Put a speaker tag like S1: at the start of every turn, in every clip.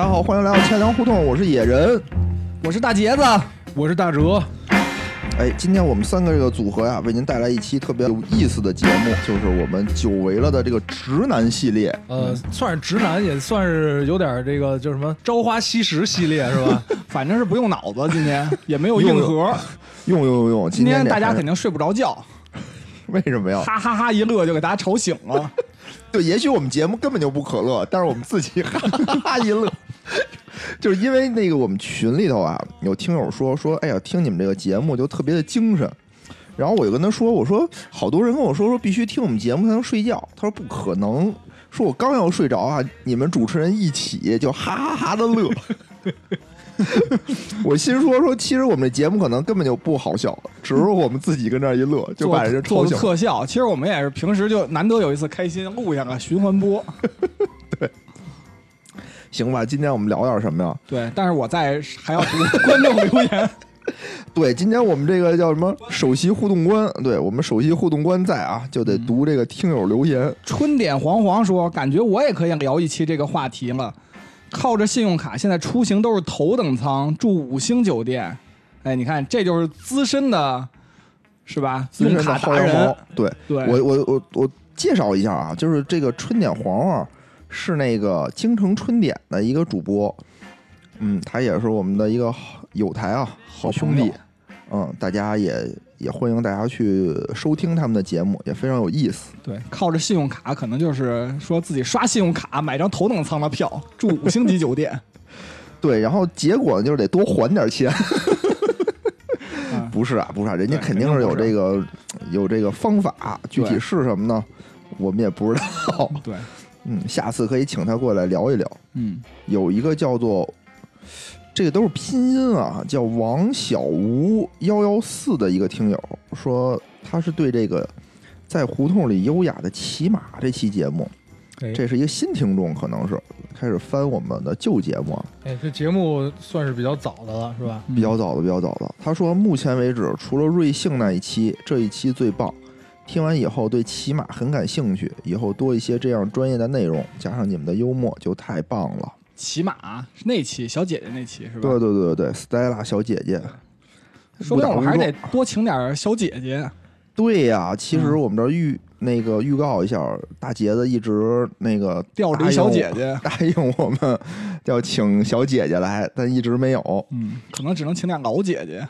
S1: 大家好，欢迎来到千粮胡同，我是野人。
S2: 我是大杰子，
S3: 我是大哲，
S1: 哎，今天我们三个这个组合呀、为您带来一期特别有意思的节目，就是我们久违了的这个直男系列。
S3: 呃，算是直男，也算是有点这个叫什么“朝花夕拾”系列是 吧？
S2: 反正是不用脑子，今天也没有硬核。
S1: 用用用用，
S2: 今
S1: 天
S2: 天大家
S1: 这
S2: 肯定睡不着觉，
S1: 为什么呀？
S2: 哈哈哈一乐就给大家吵醒了。
S1: 对，也许我们节目根本就不可乐，但是我们自己 哈哈哈一乐，就是因为那个我们群里头啊，有听友说说，哎呀，听你们这个节目就特别的精神。然后我就跟他说，我说好多人跟我说说必须听我们节目才能睡觉，他说不可能，说我刚要睡着啊，你们主持人一起就哈哈哈的乐。 我心说说，其实我们这节目可能根本就不好笑，只是我们自己跟这儿一乐， 就把人家吵
S2: 做做
S1: 醒
S2: 的
S1: 了。
S2: 特效，其实我们也是平时就难得有一次开心，录下个循环播。
S1: 行吧，今天我们聊点什么呀？
S2: 对，但是我在还要读观众留言，
S1: 对，今天我们这个叫什么？首席互动官，对我们首席互动官在啊，就得读这个听友留言。
S2: 春点黄黄说，感觉我也可以聊一期这个话题了。靠着信用卡，现在出行都是头等舱，住五星酒店。哎，你看，这就是资深的，是吧？
S1: 资
S2: 用
S1: 深的
S2: 卡
S1: 薅
S2: 达
S1: 羊毛
S2: 人。，
S1: 对
S2: 对，
S1: 我我我我介绍一下啊，就是这个春点黄黄是那个京城春点的一个主播，嗯，他也是我们的一个好友台啊好兄
S2: 朋
S1: 弟
S2: 友，
S1: 嗯，大家也也欢迎大家去收听他们的节目，也非常有意思。
S2: 对，靠着信用卡，可能就是说自己刷信用卡买张头等舱的票，住五星级酒 店。
S1: 对，然后结果呢，就是得多还点钱。
S2: 嗯
S1: 不是啊，不是啊，人家
S2: 对
S1: 肯定是有
S2: 肯定不
S1: 这
S2: 是
S1: 个有这个方法，具体
S2: 对
S1: 是什么呢？我们也不知道。
S2: 对，
S1: 嗯，下次可以请他过来聊一聊。
S2: 嗯，
S1: 有一个叫做这个都是拼音啊，叫王小吴幺幺四的一个听友说，他是对这个在胡同里优雅的骑马这期节目，
S3: 哎
S1: 这是一个新听众，可能是开始翻我们的旧节目啊。
S3: 哎，这节目算是比较早的了，是吧？
S2: 嗯
S1: 比较早的，比较早的。他说，目前为止，除了瑞幸那一期，这一期最棒。听完以后对骑马很感兴趣，以后多一些这样专业的内容，加上你们的幽默，就太棒了。
S2: 骑马是那期小姐姐那期是吧？
S1: 对对对对对，Stella 小姐姐，
S2: 说不定我还是
S1: 误打误
S2: 得
S1: 撞
S2: 多请点小姐姐。
S1: 对呀、其实
S2: 嗯
S1: 我们这儿预、那个预告一下，大杰子一直那个
S2: 钓
S1: 答应
S2: 驴小姐
S1: 我
S2: 姐
S1: 答应我们要请小姐姐来，但一直没有。
S2: 嗯，可能只能请点老姐姐。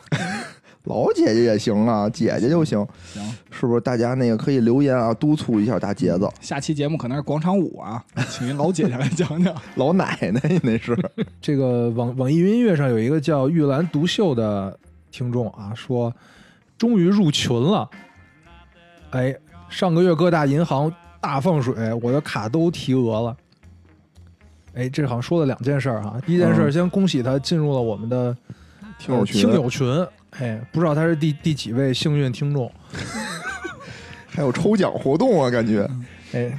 S1: 老姐姐也行啊，姐姐就行，
S2: 行，
S1: 是不是？大家那个可以留言啊，督促一下大杰子。
S3: 嗯
S2: 下期节目可能是广场舞啊，请一老姐姐来讲 讲。
S1: 老奶奶那 是，
S3: 这个网网易云音乐上有一个叫玉兰独秀的听众啊，说终于入群了。哎，上个月各大银行大放水，我的卡都提额了。哎，这好像说了两件事儿、哈。第一件事儿，
S1: 嗯
S3: 先恭喜他进入了我们的
S1: 听友群
S3: 听哦友群。哎，不知道他是第第几位幸运听众。
S1: 还有抽奖活动啊，感觉
S3: 哎，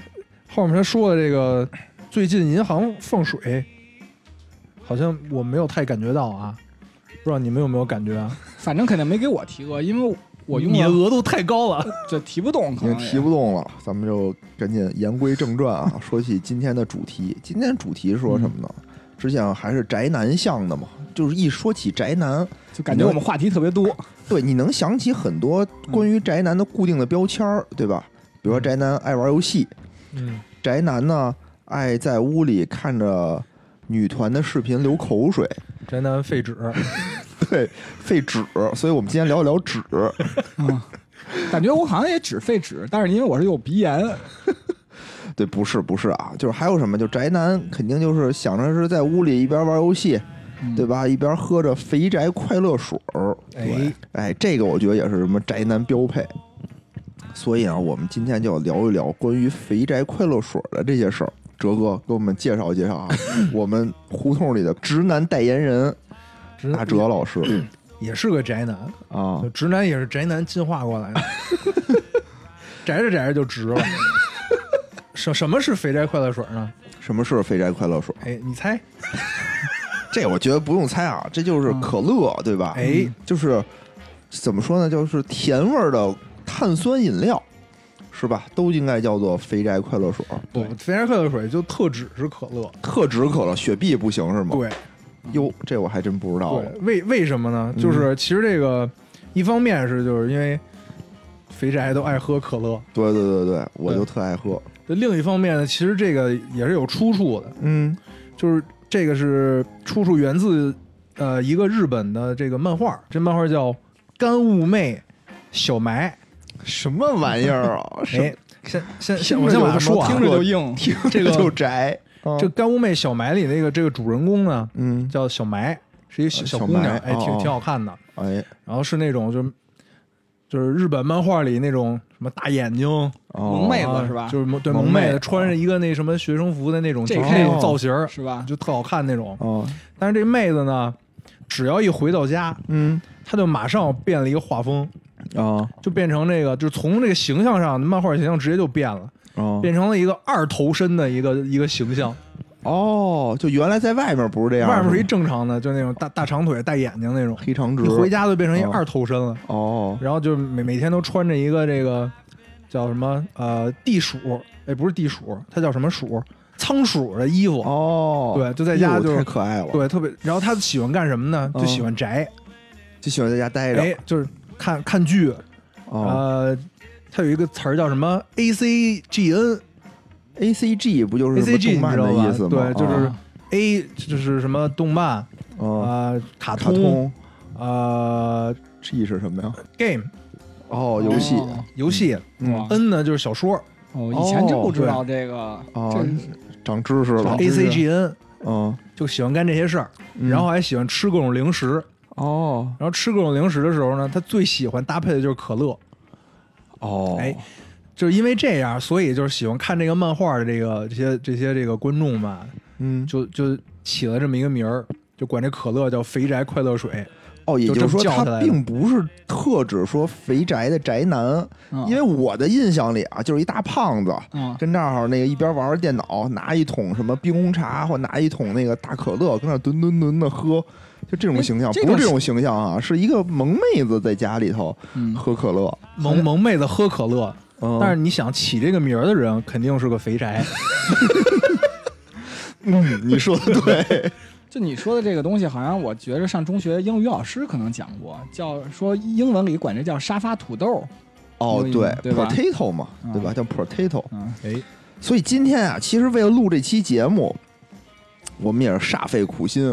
S3: 后面他说的这个最近银行放水，好像我没有太感觉到啊，不知道你们有没有感觉啊？
S2: 反正肯定没给我提过，因为我用
S3: 你的
S2: 了
S3: 额度太高了，
S2: 这提不动，
S1: 已
S2: 可
S1: 经
S2: 能
S1: 提
S2: 也
S1: 不动了，咱们就赶紧言归正传啊，说起今天的主题。今天主题说什么呢？
S3: 嗯
S1: 之前还是宅男向的嘛，就是一说起宅男，
S2: 就感觉我们话题特别 多。
S1: 对，你能想起很多关于宅男的固定的标签儿，对吧？比如说宅男爱玩游戏，
S3: 嗯，
S1: 宅男呢爱在屋里看着女团的视频流口水，
S3: 宅男废纸，
S1: 对，废纸。所以我们今天聊一聊纸。
S2: 嗯，感觉我好像也只废纸，但是因为我是有鼻炎，
S1: 对，不是不是啊，就是还有什么，就宅男肯定就是想着是在屋里一边玩游戏，
S2: 嗯
S1: 对吧？一边喝着肥宅快乐水儿，
S3: 哎，
S1: 哎，这个我觉得也是什么宅男标配。所以啊，我们今天就要聊一聊关于肥宅快乐水儿的这些事儿。哲哥给我们介绍介绍啊，我们胡同里的直男代言人
S3: 直
S1: 大哲老师
S3: 也是个宅男，
S1: 啊，
S3: 直男也是宅男进化过 来的，宅着宅着就直了。什什么是肥宅快乐水呢？
S1: 什么是肥宅快乐水儿？
S3: 哎，你猜？
S1: 这我觉得不用猜啊，这就是可乐，对吧？嗯
S3: 哎，
S1: 就是怎么说呢，就是甜味儿的碳酸饮料，是吧？都应该叫做肥宅快乐水，
S2: 对
S3: 不肥宅快乐水就特指是可乐。
S1: 特指可乐，雪碧不行是吗？
S3: 对
S1: 哟，这我还真不知道了
S3: 对，为为什么呢？
S1: 嗯
S3: 就是其实这个一方面是就是因为肥宅都爱喝可乐，
S1: 对对对对，我就特爱喝。
S3: 这另一方面呢，其实这个也是有出处的，
S1: 嗯
S3: 就是这个是出处源自呃一个日本的这个漫画，这漫画叫《干物妹小埋》。
S1: 什么玩意儿 啊？
S3: 哎，先先先，
S1: 听着
S3: 我先把它
S1: 就
S3: 说完
S1: 听
S2: 听
S3: 啊。
S2: 着就硬。
S1: 听
S3: 这个
S1: 就宅，啊
S3: 这《干物妹小埋》里那个这个主人公呢，
S1: 嗯，
S3: 叫小埋，是一个小
S1: 呃
S3: 小
S1: 小
S3: 姑娘，
S1: 埋
S3: 哎，挺
S1: 哦
S3: 挺好看的。
S1: 哎，
S3: 然后是那种就是就是日本漫画里那种什么大眼睛
S1: 哦
S2: 萌妹子
S3: 啊
S2: 是吧
S3: 就是萌对
S1: 萌
S3: 萌妹
S1: 妹
S3: 子，
S1: 哦
S3: 穿着一个那什么学生服的那种
S2: 这
S3: 就是
S2: 看
S3: 那种
S1: 着
S3: 造型 儿，
S2: 是吧？
S3: 就特好看那种。
S1: 哦，
S3: 但是这妹子呢，只要一回到家，
S1: 嗯
S3: 她就马上变了一个画风，
S1: 啊
S3: 就变成这个，就从这个形象上，漫画形象直接就变了，
S1: 哦
S3: 变成了一个二头身的一个一个形象。
S1: 哦，就原来在外面不是这样，
S3: 外面是一
S1: 吗
S3: 正常的，就那种大大长腿、大眼睛那种，
S1: 啊黑长直
S3: 一，回家就变成一
S1: 哦
S3: 二头身了。
S1: 哦
S3: 然后就每每天都穿着一个这个叫什么呃地鼠，哎不是地鼠，它叫什么鼠？仓鼠的衣服。
S1: 哦，
S3: 对，就在家
S1: 哟
S3: 就
S1: 太
S3: 是
S1: 可爱了，
S3: 对特别。然后他喜欢干什么呢？
S1: 嗯
S3: 就喜欢宅，
S1: 就喜欢在家待着
S3: 哎，就是看看剧。
S1: 哦
S3: 呃，他有一个词儿叫什么 A C G N
S1: A C G 不就是
S3: A
S1: 什么
S3: C G，
S1: 动
S3: 你知
S1: 漫
S3: 道
S1: 的
S3: 吧
S1: 意思？吗？哦
S3: 对，就是
S2: 啊
S3: A 就是什么动漫
S1: 啊，
S3: 啊、呃卡
S1: 卡
S3: 通
S1: 通
S3: 呃
S1: G 是什么呀？
S3: game
S1: 哦，游戏，
S2: 哦
S3: 游戏
S1: 嗯
S2: 哇，
S3: ，N 呢就是小说
S2: 哦，以前真不知道这个，
S1: 哦
S2: 真
S1: 长知识了
S2: 长，
S3: ，A C G N
S1: 嗯，
S3: 就喜欢干这些事儿。
S1: 嗯
S3: 然后还喜欢吃各种零食。
S1: 哦
S3: 然后吃各种零食的时候呢，他最喜欢搭配的就是可乐。
S1: 哦，
S3: 哎，就是因为这样，所以就是喜欢看这个漫画的这个这些这些这个观众们，
S1: 嗯，
S3: 就就起了这么一个名儿，就管这可乐叫“肥宅快乐水
S1: 哦，也
S3: 就
S1: 就
S3: 这
S1: 是说，
S3: 么叫
S1: 它
S3: 起来的
S1: 并不是特指说肥宅的宅男，
S2: 嗯
S1: 因为我的印象里啊，就是一大胖子。
S2: 嗯，
S1: 跟这儿那个一边玩着电脑，拿一桶什么冰红茶或拿一桶那个大可乐，跟那儿吨吨吨的喝，就这种
S2: 哎
S1: 形象，
S2: 这
S1: 不
S2: 种
S1: 是这种形象啊，是一个萌妹子在家里头
S2: 嗯
S1: 喝可乐，”，
S3: 萌萌妹子喝可乐。
S1: 嗯，
S3: 但是你想起这个名儿的人，肯定是个肥 宅。
S1: 嗯，你说的 对，
S2: 就你说的这个东西，好像我觉着上中学英语老师可能讲过，叫说英文里管这叫沙发土豆，
S1: 哦，对
S2: 对吧
S1: ，potato 嘛，
S2: 嗯
S1: 对吧？叫 potato，
S2: 嗯，
S3: 哎，
S1: 所以今天啊，其实为了录这期节目，我们也是煞费苦心，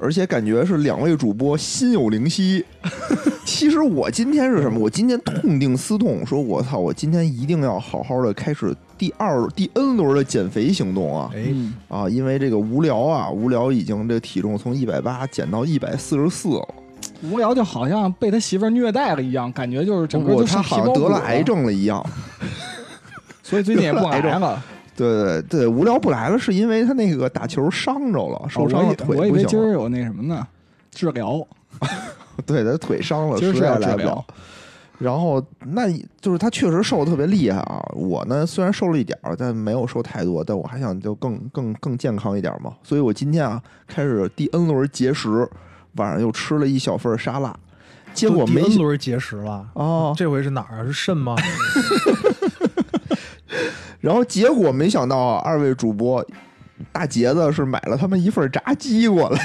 S1: 而且感觉是两位主播心有灵犀。 其实我今天是什么？我今天痛定思痛，说我操，我今天一定要好好的开始第二、第 N 轮的减肥行动啊！
S3: 哎，
S2: 嗯，
S1: 啊，因为这个无聊啊，无聊已经这个体重从一百八减到一百四十四了。
S2: 无聊就好像被他媳妇儿虐待了一样，感觉就是整个
S1: 我
S2: 就
S1: 他
S2: 像皮
S1: 好
S2: 包
S1: 像
S2: 骨
S1: 得了癌，症了一样。
S2: 所以最近也不来
S1: 得
S2: 了。
S1: 对对对，无聊不来了，是因为他那个打球伤着了，受伤
S2: 哦我
S1: 了
S2: 以
S1: 腿
S2: 我以
S1: 不
S2: 为
S1: 行
S2: 今
S1: 了。
S2: 儿有那什么呢，治疗，
S1: 对，他腿伤了，
S2: 今儿
S1: 实
S2: 是
S1: 在
S2: 要治
S1: 来不了
S2: 疗。。
S1: 然后那就是他确实瘦的特别厉害啊。我呢虽然瘦了一点儿，但没有瘦太多，但我还想就更更更健康一点嘛。所以我今天啊开始第 N 轮节食，晚上又吃了一小份沙拉，结果
S3: 都第
S1: 没
S3: N 轮节食了。
S1: 哦，
S3: 这回是哪儿啊？是肾吗？
S1: 然后结果没想到啊，二位主播大杰子是买了他们一份炸鸡过来，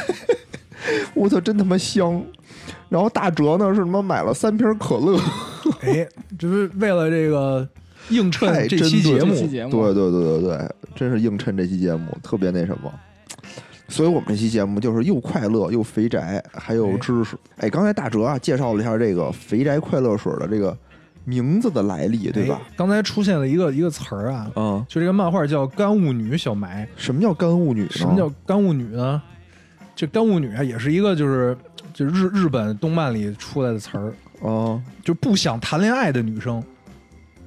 S1: 我操，真他妈香！然后大哲呢是他妈买了三瓶可乐，
S3: 哎，这是为了这个映衬
S1: 太
S3: 这
S1: 针
S3: 期
S1: 对
S3: 节
S1: 了
S3: 目
S2: 这，期节目
S1: 对对对对对，真是映衬这期节目，特别那什么。所以我们这期节目就是又快乐又肥宅，还有
S3: 哎
S1: 知识。哎，刚才大哲啊介绍了一下这个“肥宅快乐水”的这个名字的来历，对吧
S3: 哎？刚才出现了一个一个词儿啊，
S1: 嗯，
S3: 就这个漫画叫《干物女小埋》。
S1: 什么叫干物女呢？
S3: 什么叫干物女呢？这干物女啊，也是一个就是就日日本动漫里出来的词儿，
S1: 嗯，
S3: 就不想谈恋爱的女生，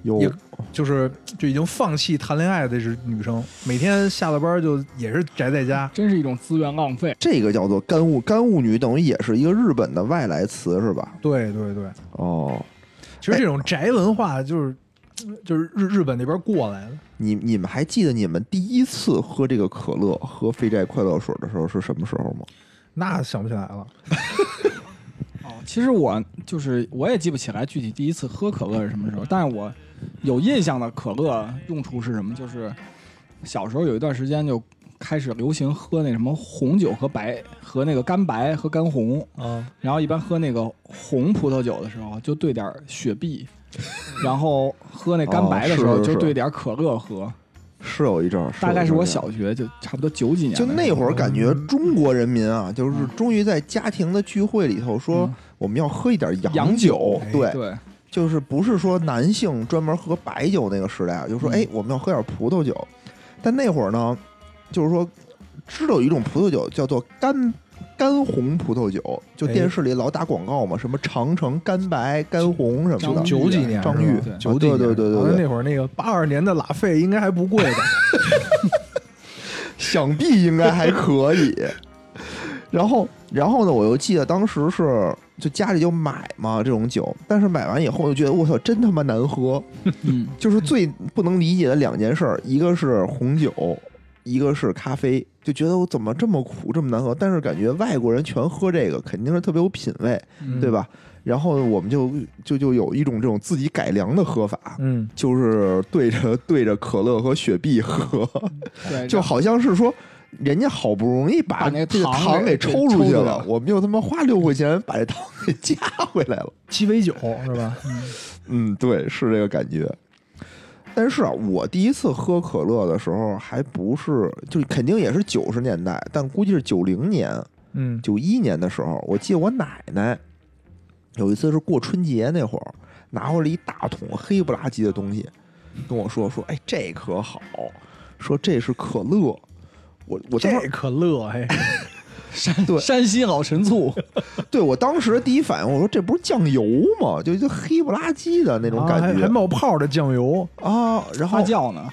S1: 有
S3: 也就是就已经放弃谈恋爱的是女生，每天下了班就也是宅在家。
S2: 真是一种资源浪费。
S1: 这个叫做干物干物女，等于也是一个日本的外来词是吧？
S3: 对对对，
S1: 哦，
S3: 其实这种宅文化就是就是日日本那边过来的。
S1: 你你们还记得你们第一次喝这个可乐喝肥宅快乐水的时候是什么时候吗？
S3: 那想不起来了，
S2: 哦，其实我就是我也记不起来具体第一次喝可乐是什么时候，但是我有印象的可乐用处是什么，就是小时候有一段时间就开始流行喝那什么红酒和白和那个干白和干红，
S3: 啊，
S2: 然后一般喝那个红葡萄酒的时候就兑点儿 雪碧，然后喝那干白的时
S1: 哦
S2: 候
S1: 是是
S2: 就是兑点儿可乐喝，
S1: 是有一阵儿，
S2: 大概是
S1: 有
S2: 我
S1: 一阵儿
S2: 小学就差不多九几年的时
S1: 就
S2: 候，
S1: 那会儿感觉中国人民啊，就是
S2: 嗯
S1: 终于在家庭的聚会里头说
S2: 嗯
S1: 我们要喝一点
S2: 洋
S1: 酒
S2: 酒，哎
S1: 对，
S2: 对
S1: 就是不是说男性专门喝白酒那个时代啊，就说
S2: 嗯
S1: 哎我们要喝点葡萄酒，但那会儿呢，就是说知道有一种葡萄酒叫做干。干红葡萄酒，就
S3: 哎
S1: 电视里老打广告嘛，什么长城干白、干红什么的
S2: 张。
S3: 九几
S2: 裕啊
S3: 年
S1: 张
S3: 是吧
S1: 裕
S2: 对
S3: 九几
S1: 啊
S3: 年，
S1: 对对对对
S3: 好像
S1: 对
S3: 那会儿那个八二年的拉菲应该还不贵 吧？
S1: 想必应该还可以。然后，然后呢，我又记得当时是就家里就买嘛这种酒，但是买完以后就觉得我操，真他妈难喝。
S2: 嗯
S1: 就是最不能理解的两件事儿，一个是红酒，一个是咖啡，就觉得我怎么这么苦，这么难喝。但是感觉外国人全喝这个，肯定是特别有品味，
S2: 嗯
S1: 对吧？然后我们就就就有一种这种自己改良的喝法，
S3: 嗯，
S1: 就是对着对着可乐和雪碧喝。
S2: 对，
S1: 就好像是说，人家好不容易把
S2: 把那个
S1: 这个
S2: 糖
S1: 糖
S2: 给
S1: 给抽出
S2: 抽
S1: 去
S2: 出来
S1: 了
S2: 了，
S1: 我们又他妈花六块钱把这糖给加回来了。
S3: 鸡尾酒是吧？
S1: 嗯，对，是这个感觉。但是啊，我第一次喝可乐的时候，还不是就肯定也是九十年代，但估计是九零年、
S3: 嗯，
S1: 九一年的时候，我记得我奶奶有一次是过春节那会儿，拿回来一大桶黑不拉几的东西，跟我说说，哎，这可好，说这是可乐。我我当时
S3: 这可乐嘿，
S2: 山
S1: 对
S2: 山西老陈醋，
S1: 对我当时第一反应，我说这不是酱油吗？就就黑不拉几的那种
S3: 啊
S1: 感
S3: 还
S1: 觉
S3: 还冒泡的酱油，
S1: 啊然后
S2: 花轿呢，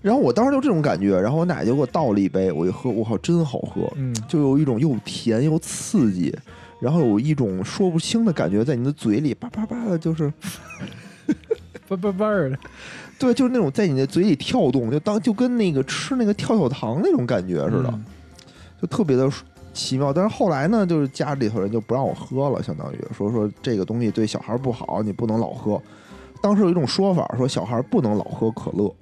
S1: 然后我当时就这种感觉，然后我奶就给我倒了一杯，我一喝，我靠，真好喝，
S3: 嗯，
S1: 就有一种又甜又刺激，然后有一种说不清的感觉在你的嘴里叭叭叭的，就是
S3: 叭叭叭嗯儿的，
S1: 对，就是那种在你的嘴里跳动，就当就跟那个吃那个跳跳糖那种感觉似的，
S3: 嗯
S1: 就特别的奇妙。但是后来呢，就是家里头人就不让我喝了，相当于说说这个东西对小孩不好，你不能老喝。当时有一种说法，说小孩不能老喝可乐，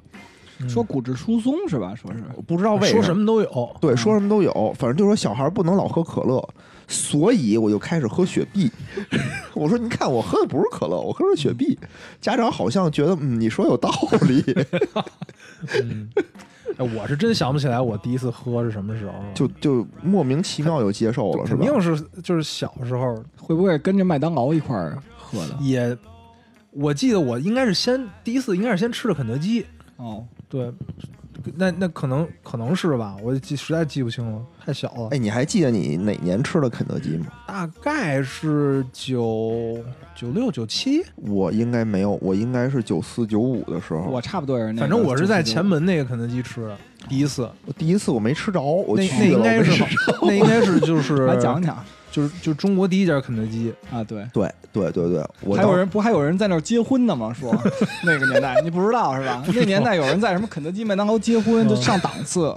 S3: 嗯
S2: 说骨质疏松是吧？说是
S1: 我不知道为
S3: 说什
S1: 么。
S3: 么嗯都有，
S1: 对，说什么都有，反正就说小孩不能老喝可乐，所以我就开始喝雪碧。 我说，你看我喝的不是可乐，我喝的是雪碧。家长好像觉得，嗯，你说有道理，
S3: 嗯， 哎，我是真想不起来我第一次喝是什么时候了，
S1: 就就莫名其妙就接受了，是
S3: 嗯肯
S1: 吧？
S3: 定是就是小时候
S2: 会不会跟着麦当劳一块儿喝的？
S3: 也，我记得我应该是先第一次应该是先吃的肯德基，
S2: 哦，
S3: 对，那那可能可能是吧，我记实在记不清了，太小了，
S1: 哎，你还记得你哪年吃的肯德基吗？
S3: 大概是九九六九七，
S1: 我应该没有，我应该是九四九五的时候，
S2: 我差不多也是那个。
S3: 反正我是在前门那个肯德基吃的第一次，
S1: 我第一次我没吃着，我
S3: 那
S1: 去了，
S3: 那应该
S1: 我没
S3: 是
S1: 吃
S3: 好那应该是就是
S2: 来讲讲
S3: 就是就中国第一家肯德基，
S2: 啊，对。
S1: 对对对对，我
S2: 还有
S1: 当
S2: 人不还有人在那儿结婚呢吗？说 那个年代你 不知道是吧？那年代有人在什么肯德基、麦当劳结婚
S3: 嗯
S2: 就上档 次，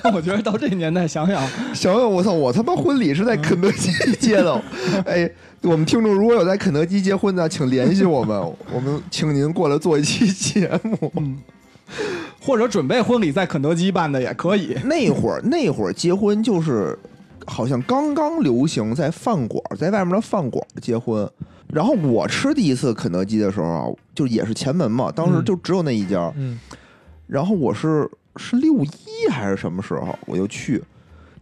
S2: 但我觉得到这年代想想，
S1: 想想我操，我他妈婚礼是在肯德基
S3: 嗯
S1: 结 的。哎，我们听众如果有在肯德基结婚的，请联系我们，我们请您过来做一期节目。
S2: 或者准备婚礼在肯德基办的也可以。
S1: 那会儿， 那会儿结婚就是好像刚刚流行在饭馆，在外面的饭馆结婚。然后我吃第一次肯德基的时候啊，就也是前门嘛，当时就只有那一家。
S3: 嗯，
S1: 然后我是是六一还是什么时候我就去，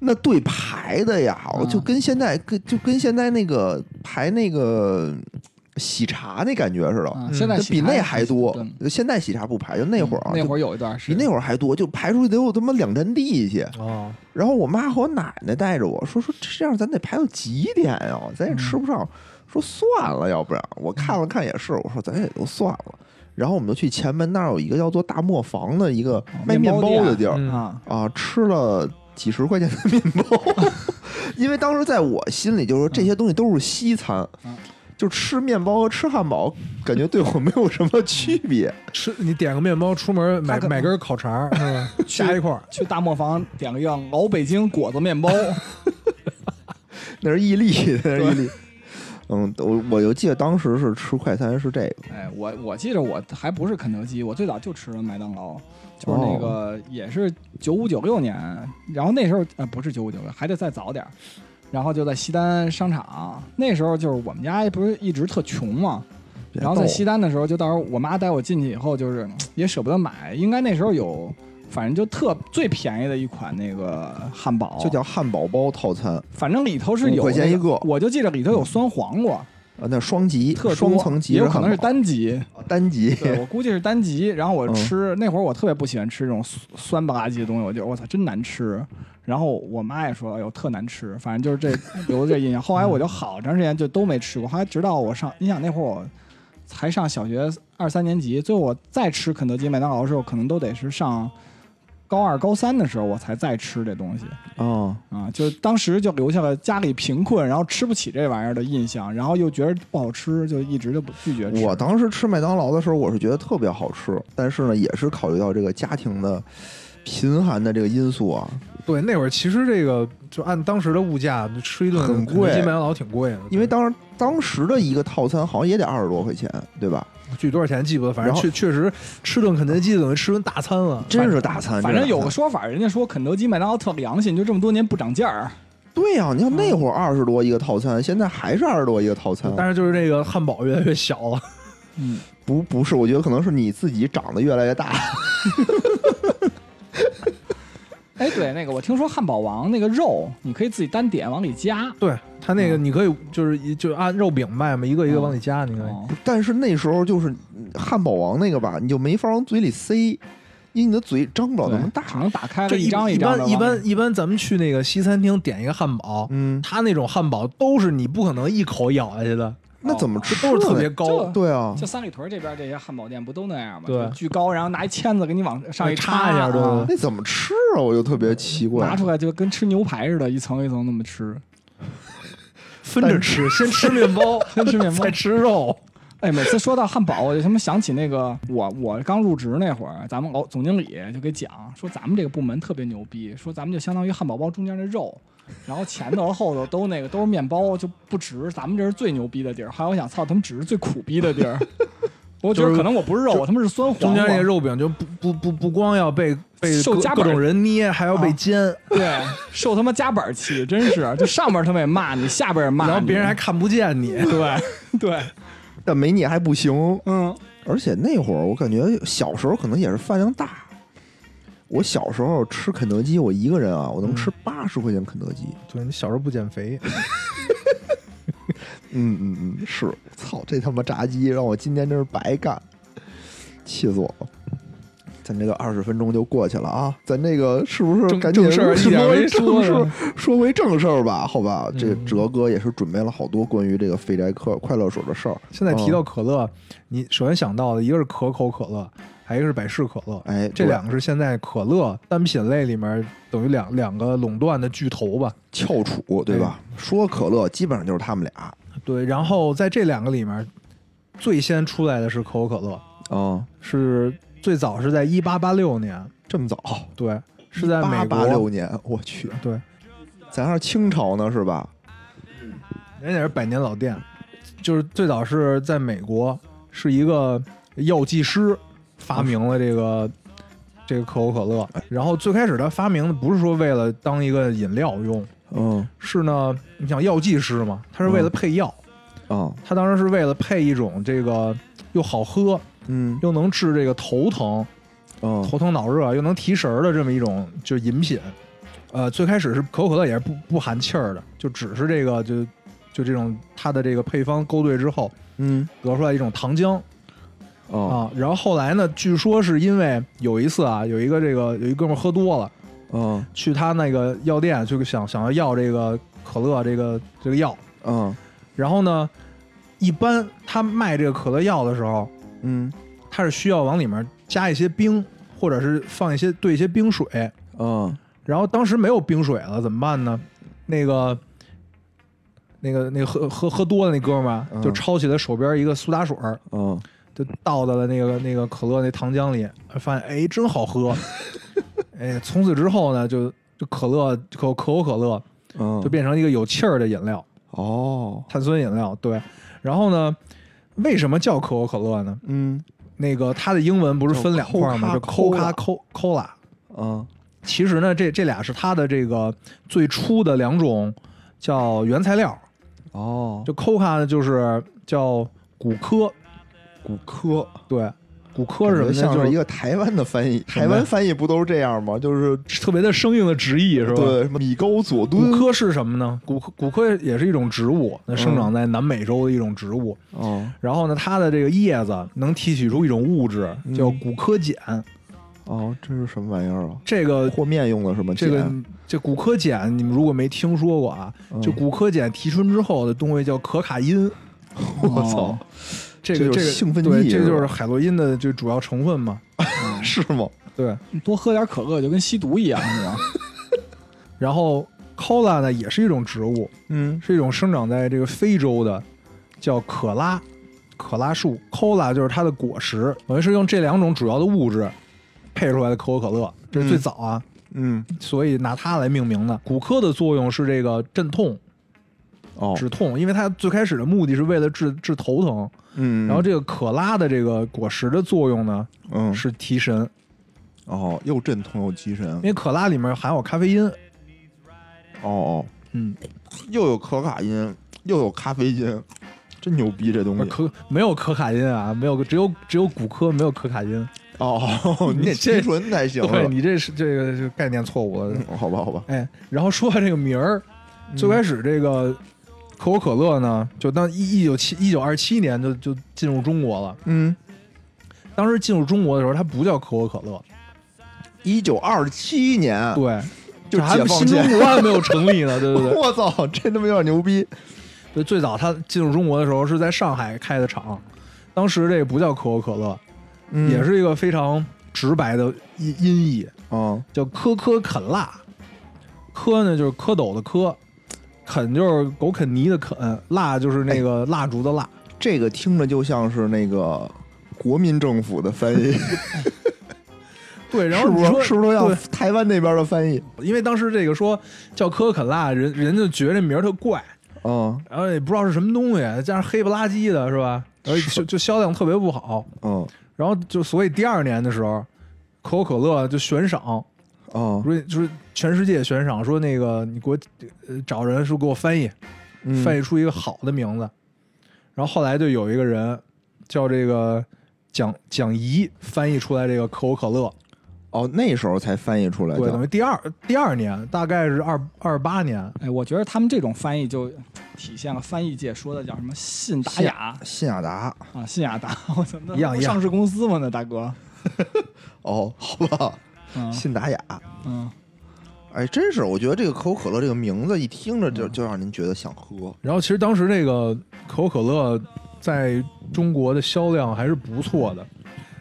S1: 那队排的呀，我就跟现在跟就跟现在那个排那个喜茶那感觉似的，
S2: 啊
S3: 嗯
S2: 现在
S1: 就
S2: 喜
S1: 比
S2: 茶
S1: 那
S2: 也
S1: 还
S2: 是
S1: 多
S2: 对。嗯
S1: 现在喜茶不排，就那会儿啊，
S2: 那
S1: 就
S2: 会儿有一段是
S1: 比那会儿还多，就排出去得有他妈两站地去。
S3: 哦，
S1: 然后我妈和我奶奶带着我说说这样咱得排到几点呀、咱也吃不上。说算了，要不然我看了看也是，我说咱也就算了。然后我们就去前门那儿有一个叫做大磨坊的一个卖面
S2: 面包
S1: 包的地儿
S3: 嗯
S2: 啊，
S1: 啊，吃了几十块钱的面包，因为当时在我心里就是说这些东西都是西餐
S2: 嗯，
S1: 就吃面包和吃汉堡感觉对我没有什么区别。
S2: 嗯
S3: 吃你点个面包，出门买
S2: 他可
S3: 买根烤肠 儿是吧？加一块儿，
S2: 去大磨坊点了一样老北京果子面包，
S1: 那是伊利，那是伊利。嗯，我我就记得当时是吃快餐是这个，
S2: 哎，我我记着我还不是肯德基，我最早就吃了麦当劳，就是
S1: 哦
S2: 那个也是九五九六年，然后那时候呃不是九五九六，还得再早点儿，然后就在西单商场，那时候就是我们家不是一直特穷嘛，
S1: 别
S2: 然后在
S1: 逗
S2: 西单的时候，就到时候我妈带我进去以后，就是也舍不得买，应该那时候有，反正就特最便宜的一款那个汉堡，
S1: 就叫汉堡包套餐
S2: 反正里头是有
S1: 5块钱
S2: 那
S1: 一个
S2: 我就记着里头有酸黄瓜，
S1: 啊，那双级
S2: 特多
S1: 双层级
S2: 也有可
S1: 汉
S2: 能是
S1: 堡，
S2: 单级，
S1: 单级，
S2: 对我估计是单级。然后我
S1: 嗯
S2: 吃、那会儿我特别不喜欢吃这种酸酸不拉几的东西，我就我操真难吃。然后我妈也说，哎呦特难吃，反正就是这留的这印象。后来我就好长时间就都没吃过，后来直到我上，你想那会儿我才上小学二三年级，最后我再吃肯德基、麦当劳的时候，可能都得是上高二、高三的时候我才再吃这东西。
S1: 啊，
S2: 啊，就是当时就留下了家里贫困，然后吃不起这玩意儿的印象，然后又觉得不好吃，就一直就不拒绝吃。
S1: 我当时吃麦当劳的时候，我是觉得特别好吃，但是呢，也是考虑到这个家庭的贫寒的这个因素啊，
S3: 对，那会儿其实这个就按当时的物价，吃一顿
S1: 很
S3: 肯德
S1: 贵
S3: 基麦当劳挺贵的，
S1: 因为
S3: 对
S1: 当当时的一个套餐好像也得二十多块钱，对吧？
S3: 具体多少钱记不得，反
S1: 然
S3: 正
S1: 后
S3: 确确实吃顿肯德基等于吃顿大餐了。
S1: 真是大
S3: 啊
S1: 餐，
S2: 反正
S1: 真是
S2: 有
S1: 大
S2: 个
S1: 餐
S2: 说法，人家说肯德基、麦当劳特良心，就这么多年不涨价儿。
S1: 对呀、你看那会儿二十多一个套餐，现在还是二十多一个套餐，
S3: 但是就是这个汉堡越来越小了，
S2: 嗯，
S1: 不不是，我觉得可能是你自己长得越来越大，
S2: 哎，对，那个我听说汉堡王那个肉，你可以自己单点往里加。
S3: 对它那个
S2: 嗯
S3: 你可以就是一就是按肉饼卖嘛，一个一个
S2: 嗯
S3: 往里加，你看。
S2: 哦，
S1: 但是那时候就是嗯汉堡王那个吧，你就没法往嘴里塞，因为你的嘴张不了那么
S2: 对只
S1: 大。
S2: 能打开
S3: 就
S2: 了一张
S3: 一
S2: 张的
S3: 般一
S2: 往里
S3: 般一般咱们去那个西餐厅点一个汉堡，
S1: 嗯，
S3: 它那种汉堡都是你不可能一口咬下去的，
S1: 那怎么
S2: 哦
S1: 吃呢？
S3: 都是特别高
S2: 这，
S1: 对啊，
S2: 就三里屯这边这些汉堡店不都那样吗？
S3: 哦对
S2: 就巨高，然后拿一签子给你往上一
S3: 插一下对
S2: 啊
S3: 对
S1: 那怎么吃啊？我就特别奇怪
S2: 拿。出来就跟吃牛排似的，一层一层那么吃。
S3: 分着吃，先吃面包，
S2: 先吃 面包
S3: 再吃肉。
S2: 哎，每次说到汉堡，我就他妈想起那个我我刚入职那会儿，咱们老总经理就给讲说咱们这个部门特别牛逼，说咱们就相当于汉堡包中间的肉，然后前头和后头都那个都是面包，就不值，咱们这是最牛逼的地儿。后来我想，操，他们只是最苦逼的地儿。我觉
S3: 就
S2: 得
S3: 是
S2: 可能我不是肉，我他妈是酸黄瓜。
S3: 中间那个肉饼就不不不不光要被被
S2: 受
S3: 各
S2: 夹
S3: 各
S2: 板
S3: 种人捏，还要被
S2: 啊
S3: 煎，
S2: 对，受他妈夹板气，真是，就上边他们也骂你，下边也骂你，
S3: 然后别人还看不见你。
S2: 对 对，
S1: 但没你还不行，
S2: 嗯，
S1: 而且那会儿我感觉小时候可能也是饭量大。我小时候吃肯德基，我一个人啊，我能吃八十块钱肯德基。
S3: 对你小时候不减肥，
S1: 嗯嗯嗯，是，操，这他妈炸鸡让我今天真是白干，气死我了。咱这个二十分钟就过去了啊，咱这个是不是
S3: 正
S1: 赶紧
S3: 正事儿一点
S1: 说
S3: 没
S1: 正
S3: 说
S1: 事儿
S3: 呢
S1: 说回正事儿吧？好吧，这
S3: 嗯
S1: 哲哥也是准备了好多关于这个肥宅客快乐水的事儿。
S3: 现在提到
S1: 嗯
S3: 可乐，你首先想到的一个是可口可乐，还有一个是百事可乐。
S1: 哎，
S3: 这
S1: 对
S3: 两个是现在可乐单品类里面等于两两个垄断的巨头吧？
S1: 翘楚对吧？
S3: 哎
S1: 说可乐基本上就是他们俩
S3: 对，然后在这两个里面，最先出来的是可口可乐，
S1: 啊，
S3: 是最早是在一八八六年，
S1: 这么早
S3: 对，是在美
S1: 八
S3: 国
S1: 八六年，我去，
S3: 对，
S1: 咱还是清朝呢是吧？
S3: 人家也是百年老店，就是最早是在美国，是一个药剂师发明了这个这个可口可乐。然后最开始他发明的不是说为了当一个饮料用，
S1: 嗯
S3: 是呢，你想药剂师嘛，他是为了配药，
S1: 啊
S3: 他当时是为了配一种这个又好喝
S1: 嗯
S3: 又能治这个头疼、
S1: 嗯
S3: 头疼脑热又能提神儿的这么一种就是饮品。呃，最开始是可口可乐也是不不含气儿的，就只是这个就就这种它的这个配方勾兑之后
S1: 嗯
S3: 得出来一种糖浆
S1: 哦
S3: 啊。然后后来呢，据说是因为有一次啊，有一个这个有一哥们儿喝多了，
S1: 嗯
S3: 去他那个药店就想想要要这个可乐这个这个药，
S1: 嗯
S3: 然后呢，一般他卖这个可乐药的时候，
S1: 嗯
S3: 他是需要往里面加一些冰，或者是放一些兑一些冰水。
S1: 嗯。
S3: 然后当时没有冰水了，怎么办呢？那个。那个那个喝喝喝多的那哥们儿啊
S1: 嗯
S3: 就抄起了手边一个苏打水儿，
S1: 嗯，
S3: 就倒到了那个那个可乐那糖浆里，发现哎真 好喝，哎，从此之后呢，就就可乐可可口可乐
S1: 嗯，
S3: 就变成一个有气儿的饮料，
S1: 哦，
S3: 碳酸饮料，对。然后呢，为什么叫可口可乐呢？
S1: 嗯
S3: 那个它的英文不是分两块吗？
S1: 叫
S3: 就
S1: Coca-Cola
S3: Coca Cola。
S1: 啊
S3: 其实呢，这这俩是它的这个最初的两种叫原材料。
S1: 哦，
S3: 就 Coca 呢，就是叫骨科，
S1: 骨科，
S3: 对，骨科
S1: 感
S3: 是什
S1: 觉
S3: 么呢？
S1: 像
S3: 就是
S1: 一个台湾的翻译，
S3: 么
S1: 台
S3: 呀
S1: 湾翻译不都是这样吗？就是
S3: 特别的生硬的直译，是吧？
S1: 对嗯什么米高佐
S3: 骨
S1: 敦
S3: 科是什么呢？骨科骨科也是一种植物，那生长在南美洲的一种植物。
S1: 哦
S3: 然后呢，它的这个叶子能提取出一种物质，
S1: 嗯
S3: 叫骨科碱。
S1: 哦，这是什么玩意儿啊？嗯
S3: 这个
S1: 和面用的是吗？
S3: 这个
S1: 碱
S3: 这骨科碱，你们如果没听说过啊，
S1: 嗯
S3: 就骨科碱提纯之后的东西叫可卡因。
S1: 我操
S2: 哦，
S3: 这
S1: 这
S3: 个
S1: 就是
S3: 这个
S1: 兴奋剂
S3: 对
S1: 是吧
S3: 这就是海洛因的就主要成分嘛。
S1: 是吗？
S3: 对，
S2: 多喝点可乐就跟吸毒一样，是吧？
S3: 然后 cola 呢也是一种植物，
S1: 嗯
S3: 是一种生长在这个非洲的，叫可拉，可拉树。cola 就是它的果实，等于是用这两种主要的物质配出来的可口可乐，这是最早啊，
S1: 嗯
S3: 所以拿它来命名的。骨科的作用是这个镇痛、
S1: 哦
S3: 止痛，因为它最开始的目的是为了治治头疼。
S1: 嗯，
S3: 然后这个可拉的这个果实的作用呢
S1: 嗯
S3: 是提神，
S1: 哦，又镇痛又提神
S3: 因为可拉里面含有咖啡因。
S1: 哦哦，
S3: 嗯，
S1: 又有可卡因，又有咖啡因，真牛逼这东西
S3: 可没有可卡因啊，没有只有只有骨科没有可卡因。
S1: 哦，你得提纯才行。
S3: 对
S1: 是吧
S3: 你这是这个这个概念错误了。
S1: 嗯好吧，好吧，
S3: 哎，然后说下这个名儿，最开始这个可口可乐呢，就当一一九七一九二七年就就进入中国了。
S1: 嗯，
S3: 当时进入中国的时候，它不叫可口可乐，
S1: 一九二七年，
S3: 对，
S1: 啊就
S3: 这还
S1: 解放
S3: 新
S1: 前
S3: 中国还没有成 立呢，对对对。
S1: 我操，这他妈有点牛逼。
S3: 对，最早它进入中国的时候是在上海开的厂，当时这个不叫可口可乐，
S1: 嗯
S3: 也是一个非常直白的音音译，
S1: 啊，
S3: 叫科科肯辣。科呢就是蝌蚪的蝌，肯就是狗啃泥的啃，蜡就是那个蜡烛的蜡。
S1: 这个听着就像是那个国民政府的翻 译，
S3: 对，然
S1: 是
S3: 后
S1: 不
S3: 你说
S1: 是？是不是要
S3: 对
S1: 台湾那边的翻译？
S3: 因为当时这个说叫可口可辣，人人就觉得这名儿特怪，
S1: 嗯
S3: 然后也不知道是什么东西，加上黑不拉几的是吧？然后就就销量特别不好，
S1: 嗯
S3: 然后就所以第二年的时候，可口可乐就悬赏，
S1: 嗯
S3: 说就是全世界悬赏，说那个你给我呃找人说给我翻译，
S1: 嗯，
S3: 翻译出一个好的名字。然后后来就有一个人叫这个蒋蒋怡翻译出来这个可口可乐，
S1: 哦，那时候才翻译出来
S3: 嗯对，等
S1: 的
S3: 于。第二第二年大概是二二八年，
S2: 哎，我觉得他们这种翻译就体现了翻译界说的叫什么“信达雅
S1: 信雅达，”
S2: 啊，“信雅达”， 我操，那
S3: 一样
S2: 不
S3: 一样
S2: 上市公司吗？那大哥，
S1: 哦，好吧，
S2: 嗯
S1: 信达雅，
S2: 嗯，
S1: 哎，真是，我觉得这个可口可乐这个名字一听着
S3: 嗯
S1: 就就让您觉得想喝。
S3: 然后其实当时这个可口可乐在中国的销量还是不错的，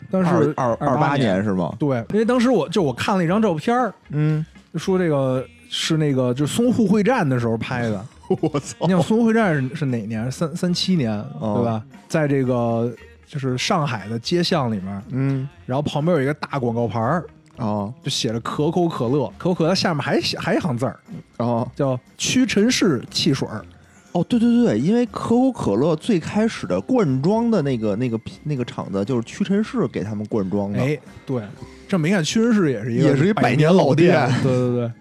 S3: 但是
S1: 二八
S2: 二八
S1: 年是吗？
S3: 对，因为当时我就我看了一张照片儿，
S1: 嗯，
S3: 就说这个是那个就是淞沪会战的时候拍的。
S1: 我操哦
S3: 你想淞沪会战是是哪年？三三七年对吧？在这个就是上海的街巷里面，
S1: 嗯，
S3: 然后旁边有一个大广告牌儿，
S1: 哦
S3: 就写着可口可乐，可口可乐下面还写还一行字儿
S1: 哦
S3: 叫屈臣氏汽水儿。
S1: 哦，对对对，因为可口可乐最开始的灌装的那个那个那个厂子就是屈臣氏给他们灌装的，
S3: 哎，对，这么一看，屈臣氏也是一个
S1: 嗯也是一百
S3: 百
S1: 年老
S3: 老
S1: 店
S3: 对对 对。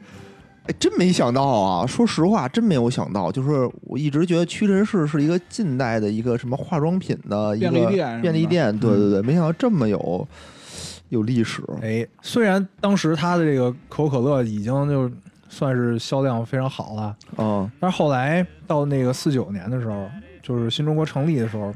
S1: 哎，真没想到啊！说实话，真没有想到，就是我一直觉得屈臣氏是一个近代的一个什么化妆品的一个
S2: 便利店是吧嗯
S1: 便利店，对对对，没想到这么有有历史。
S3: 哎，虽然当时它的这个可口可乐已经就算是销量非常好了，
S1: 嗯，
S3: 但是后来到那个四九年的时候，就是新中国成立 的时候，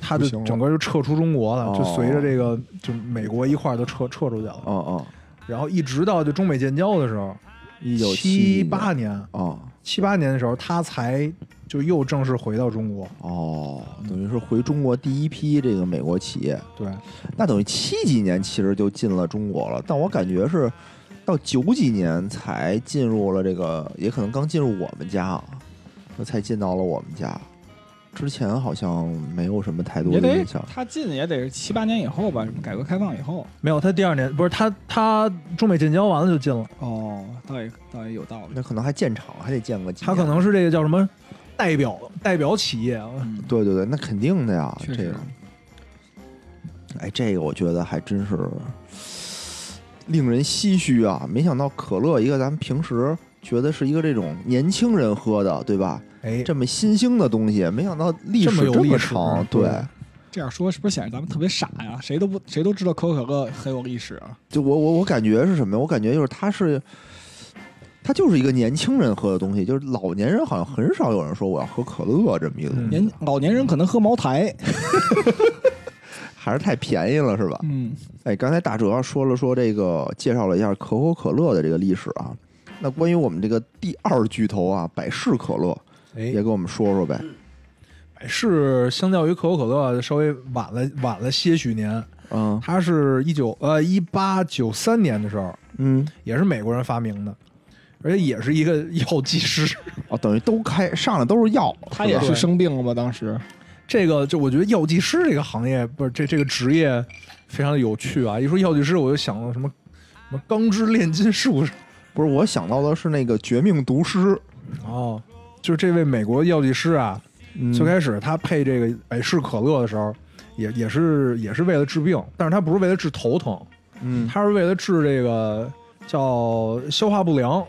S3: 它就
S1: 不行了
S3: 整个就撤出中国了，
S1: 哦
S3: 就随着这个就美国一块儿都撤撤出去了。
S1: 哦哦，
S3: 然后一直到就中美建交的时候，
S1: 一九
S3: 七
S1: 八
S3: 八年，
S1: 哦
S3: 七八年的时候，它才就又正式回到中国。
S1: 哦，等于是回中国第一批这个美国企业，
S3: 对，
S1: 那等于七几年其实就进了中国了，但我感觉是到九几年才进入了这个，也可能刚进入我们家，啊，才进到了我们家。之前好像没有什么太多
S2: 也
S1: 的
S2: 得
S1: 印象。
S2: 他进也得是七八年以后吧，什么改革开放以后。
S3: 没有，它第二年不是它它中美建交完了就进了，
S2: 哦，倒也倒也有道理。
S1: 那可能还建厂，还得建个几
S3: 它
S1: 年。
S3: 可能是这个叫什么代表代表企业啊，
S2: 嗯
S1: 对对对，那肯定的呀，
S2: 确
S1: 这
S2: 实
S1: 个，哎，这个我觉得还真是令人唏嘘啊！没想到可乐，一个咱们平时觉得是一个这种年轻人喝的，对吧？
S3: 哎，
S1: 这么新兴的东西，没想到历
S3: 这么
S1: 史
S3: 有
S1: 这
S3: 历
S1: 么
S3: 史嗯
S1: 长，
S3: 对
S1: 对。
S2: 这样说是不是显得咱们特别傻呀？谁都不谁都知道可口可乐很有历史啊。
S1: 就我我我感觉是什么呀？我感觉就是它是，它就是一个年轻人喝的东西，就是老年人好像很少有人说我要喝可乐这么一个东西，
S3: 嗯
S2: 年老年人可能喝茅 台，
S1: 还是太便宜了是吧？
S2: 嗯，
S1: 哎，刚才大哲说了说这个，介绍了一下可口可乐的这个历史啊。那关于我们这个第二巨头啊，百事可乐，
S3: 哎
S1: 也，给我们说说呗。
S3: 百事相较于可口可乐稍微晚了晚了些许年，
S1: 嗯
S3: 它是一九呃一八九三年的时候，
S1: 嗯，
S3: 也是美国人发明的，而且也是一个药剂师。
S1: 哦，等于都开上的都是药，
S2: 他也
S1: 吧
S2: 是生病了吧？当时
S3: 这个就我觉得药剂师这个行业不是这这个职业非常的有趣啊！一说药剂师，我就想到什么什么钢之炼金术士
S1: 不是我想到的是那个《绝命毒师》
S3: 哦，就是这位美国药剂师啊，
S1: 嗯
S3: 最开始他配这个百事可乐的时候，也也是也是为了治病，但是他不是为了治头疼，
S1: 嗯
S3: 他是为了治这个叫消化不良。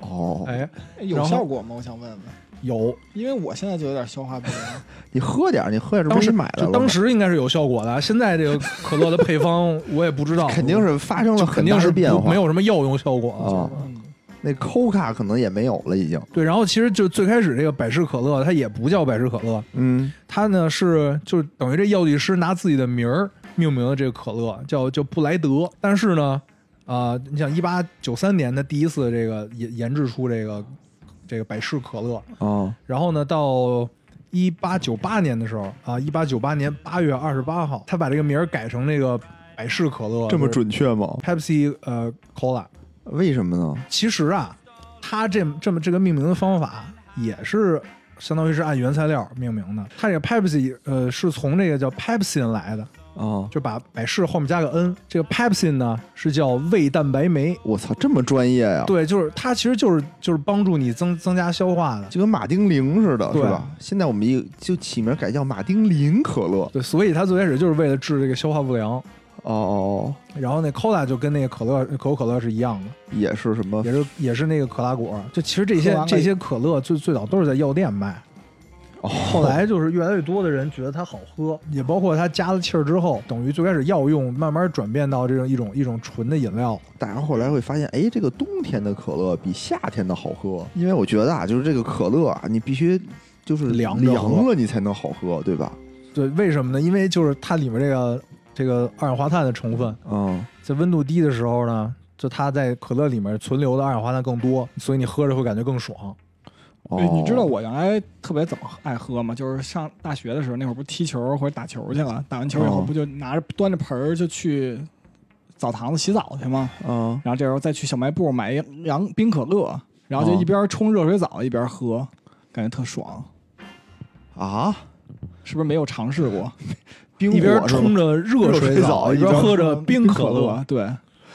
S1: 哦，
S3: 哎，
S2: 有
S3: 然后
S2: 效果吗？我想问问，
S3: 有，
S2: 因为我现在就有点消化不良。
S1: 你喝点儿，你喝点儿，这不
S3: 当时
S1: 是你买来
S3: 就
S1: 了
S3: 当
S1: 吗
S3: 时应该是有效果的，现在这个可乐的配方我也不知道，
S1: 肯定是发生了
S3: 啊就
S1: 很
S3: 肯定
S1: 大
S3: 是
S1: 的变
S3: 不
S1: 化，
S3: 没有什么药用效果
S1: 啊
S2: 嗯，
S1: 那 Coca 可能也没有了，已经。
S3: 对，然后其实就最开始这个百事可乐，它也不叫百事可乐，
S1: 嗯
S3: 它呢是就是等于这药剂师拿自己的名儿命名的这个可乐，叫叫布莱德。但是呢，啊、你想一八九三年他第一次这个研研制出这个这个百事可乐，
S1: 哦
S3: 然后呢到。一八九八年的时候啊，一八九八年八月二十八号，他把这个名儿改成那个百事可乐，
S1: 这么准确吗？
S3: ，Pepsi 呃 Cola。
S1: 为什么呢？
S3: 其实啊，它这这么这个命名的方法也是相当于是按原材料命名的。它这个 Pepsi 呃是从这个叫 Pepsin 来的，
S1: 啊，
S3: 就把百事后面加个 N。这个 Pepsin 呢是叫胃蛋白酶，
S1: 我操，这么专业呀！
S3: 对，就是它其实就是就是帮助你增增加消化的。
S1: 就跟马丁啉似的，是
S3: 对
S1: 吧？现在我们一就起名改叫马丁啉可乐。
S3: 对，所以它最开始就是为了治这个消化不良。
S1: 哦哦，
S3: 然后那 Cola 就跟那个可乐、可口可乐是一样的，
S1: 哦也是什么
S3: 也是也是那个可拉果。就其实这些
S2: 喝完了
S3: 这些可乐最最早都是在药店卖，
S1: 哦
S3: 后来就是越来越多的人觉得它好喝，也包括它加了气儿之后，等于最开始药用慢慢转变到这种一种一种纯的饮料。
S1: 大家后来会发现，哎，这个冬天的可乐比夏天的好喝，因为我觉得啊，就是这个可乐啊，你必须就是
S3: 凉着
S1: 凉
S3: 喝
S1: 了你才能好喝，对吧？
S3: 对，为什么呢？因为就是它里面这个这个二氧化碳的成分，
S1: 嗯，
S3: 在温度低的时候呢，就它在可乐里面存留的二氧化碳更多，所以你喝着会感觉更爽。
S1: 哦
S2: 对，你知道我原来特别怎么爱喝吗？就是上大学的时候，那会儿不踢球或者打球去了，打完球以后
S1: 哦
S2: 不就拿着端着盆儿就去澡堂子洗澡去吗？
S1: 嗯，
S2: 然后这时候再去小卖部买一凉冰可乐，然后就
S1: 哦
S2: 一边冲热水澡一边喝，感觉特爽，
S1: 啊，
S2: 是不是没有尝试过？
S1: 冰
S3: 一边
S1: 火是吗
S3: 冲着热水澡，
S1: 热水澡
S3: 一边喝着冰
S2: 可
S3: 可乐。，
S2: 对，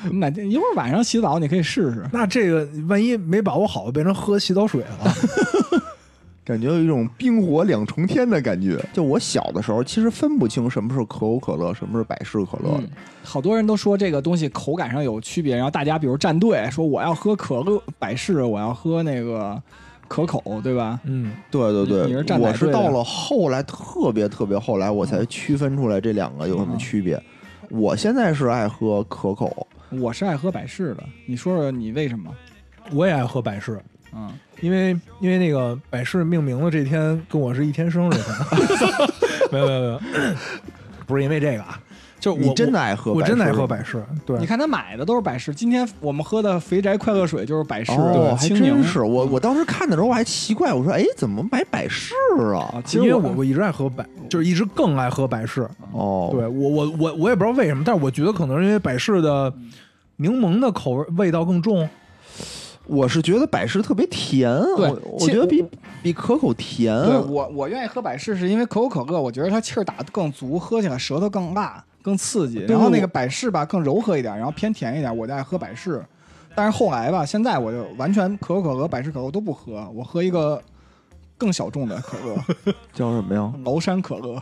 S2: 你哪天一会儿晚上洗澡你可以试试。
S3: 那这个万一没把握好，变成喝洗澡水了。
S1: 感觉有一种冰火两重天的感觉。就我小的时候，其实分不清什么是可口可乐，什么是百事可乐
S2: 嗯。，好多人都说这个东西口感上有区别，然后大家比如站队说我要喝可乐百事，我要喝那个可口，对吧？
S3: 嗯，
S1: 对对
S2: 你你
S1: 对，
S2: 是站哪
S1: 我
S2: 队
S1: 是
S2: 的
S1: 到了后来特别特别后来，我才区分出来这两个有什么区别。
S2: 嗯
S1: 我现在是爱喝可口，
S2: 我是爱喝百事的，你说说你为什么？
S3: 我也爱喝百事。
S2: 嗯，
S3: 因为因为那个百事命名的这天跟我是一天生日， 没有没有没有， 不是因为这个啊，就
S1: 你
S3: 我
S1: 真的爱喝
S3: 我，我真的爱喝
S1: 百事
S3: 百事，对
S2: 你，看他买的都是百事，今天我们喝的肥宅快乐水就是百事，
S1: 哦，还
S2: 清柠
S1: 真是我我当时看的时候我还奇怪，我说哎，怎么买百事啊
S2: 啊。？其
S3: 因
S2: 实
S3: 为我我一直爱喝百，就是一直更爱喝百事，
S1: 哦，
S3: 对我我我我也不知道为什么，但是我觉得可能是因为百事的柠檬的口味味道更重，
S1: 我是觉得百事特别甜，
S2: 对
S1: 我我
S2: 其
S1: 觉得比比可口甜。
S2: 对我我愿意喝百事是因为可口可乐，我觉得它气儿打得更足，喝起来舌头更辣、更刺激。
S1: 对
S2: 然后那
S1: 我
S2: 个百事吧更柔和一点，然后偏甜一点，我就爱喝百事。但是后来吧，现在我就完全可口可乐、百事可乐都不喝，我喝一个更小众的可乐，
S1: 叫什么呀？
S2: 崂山可乐。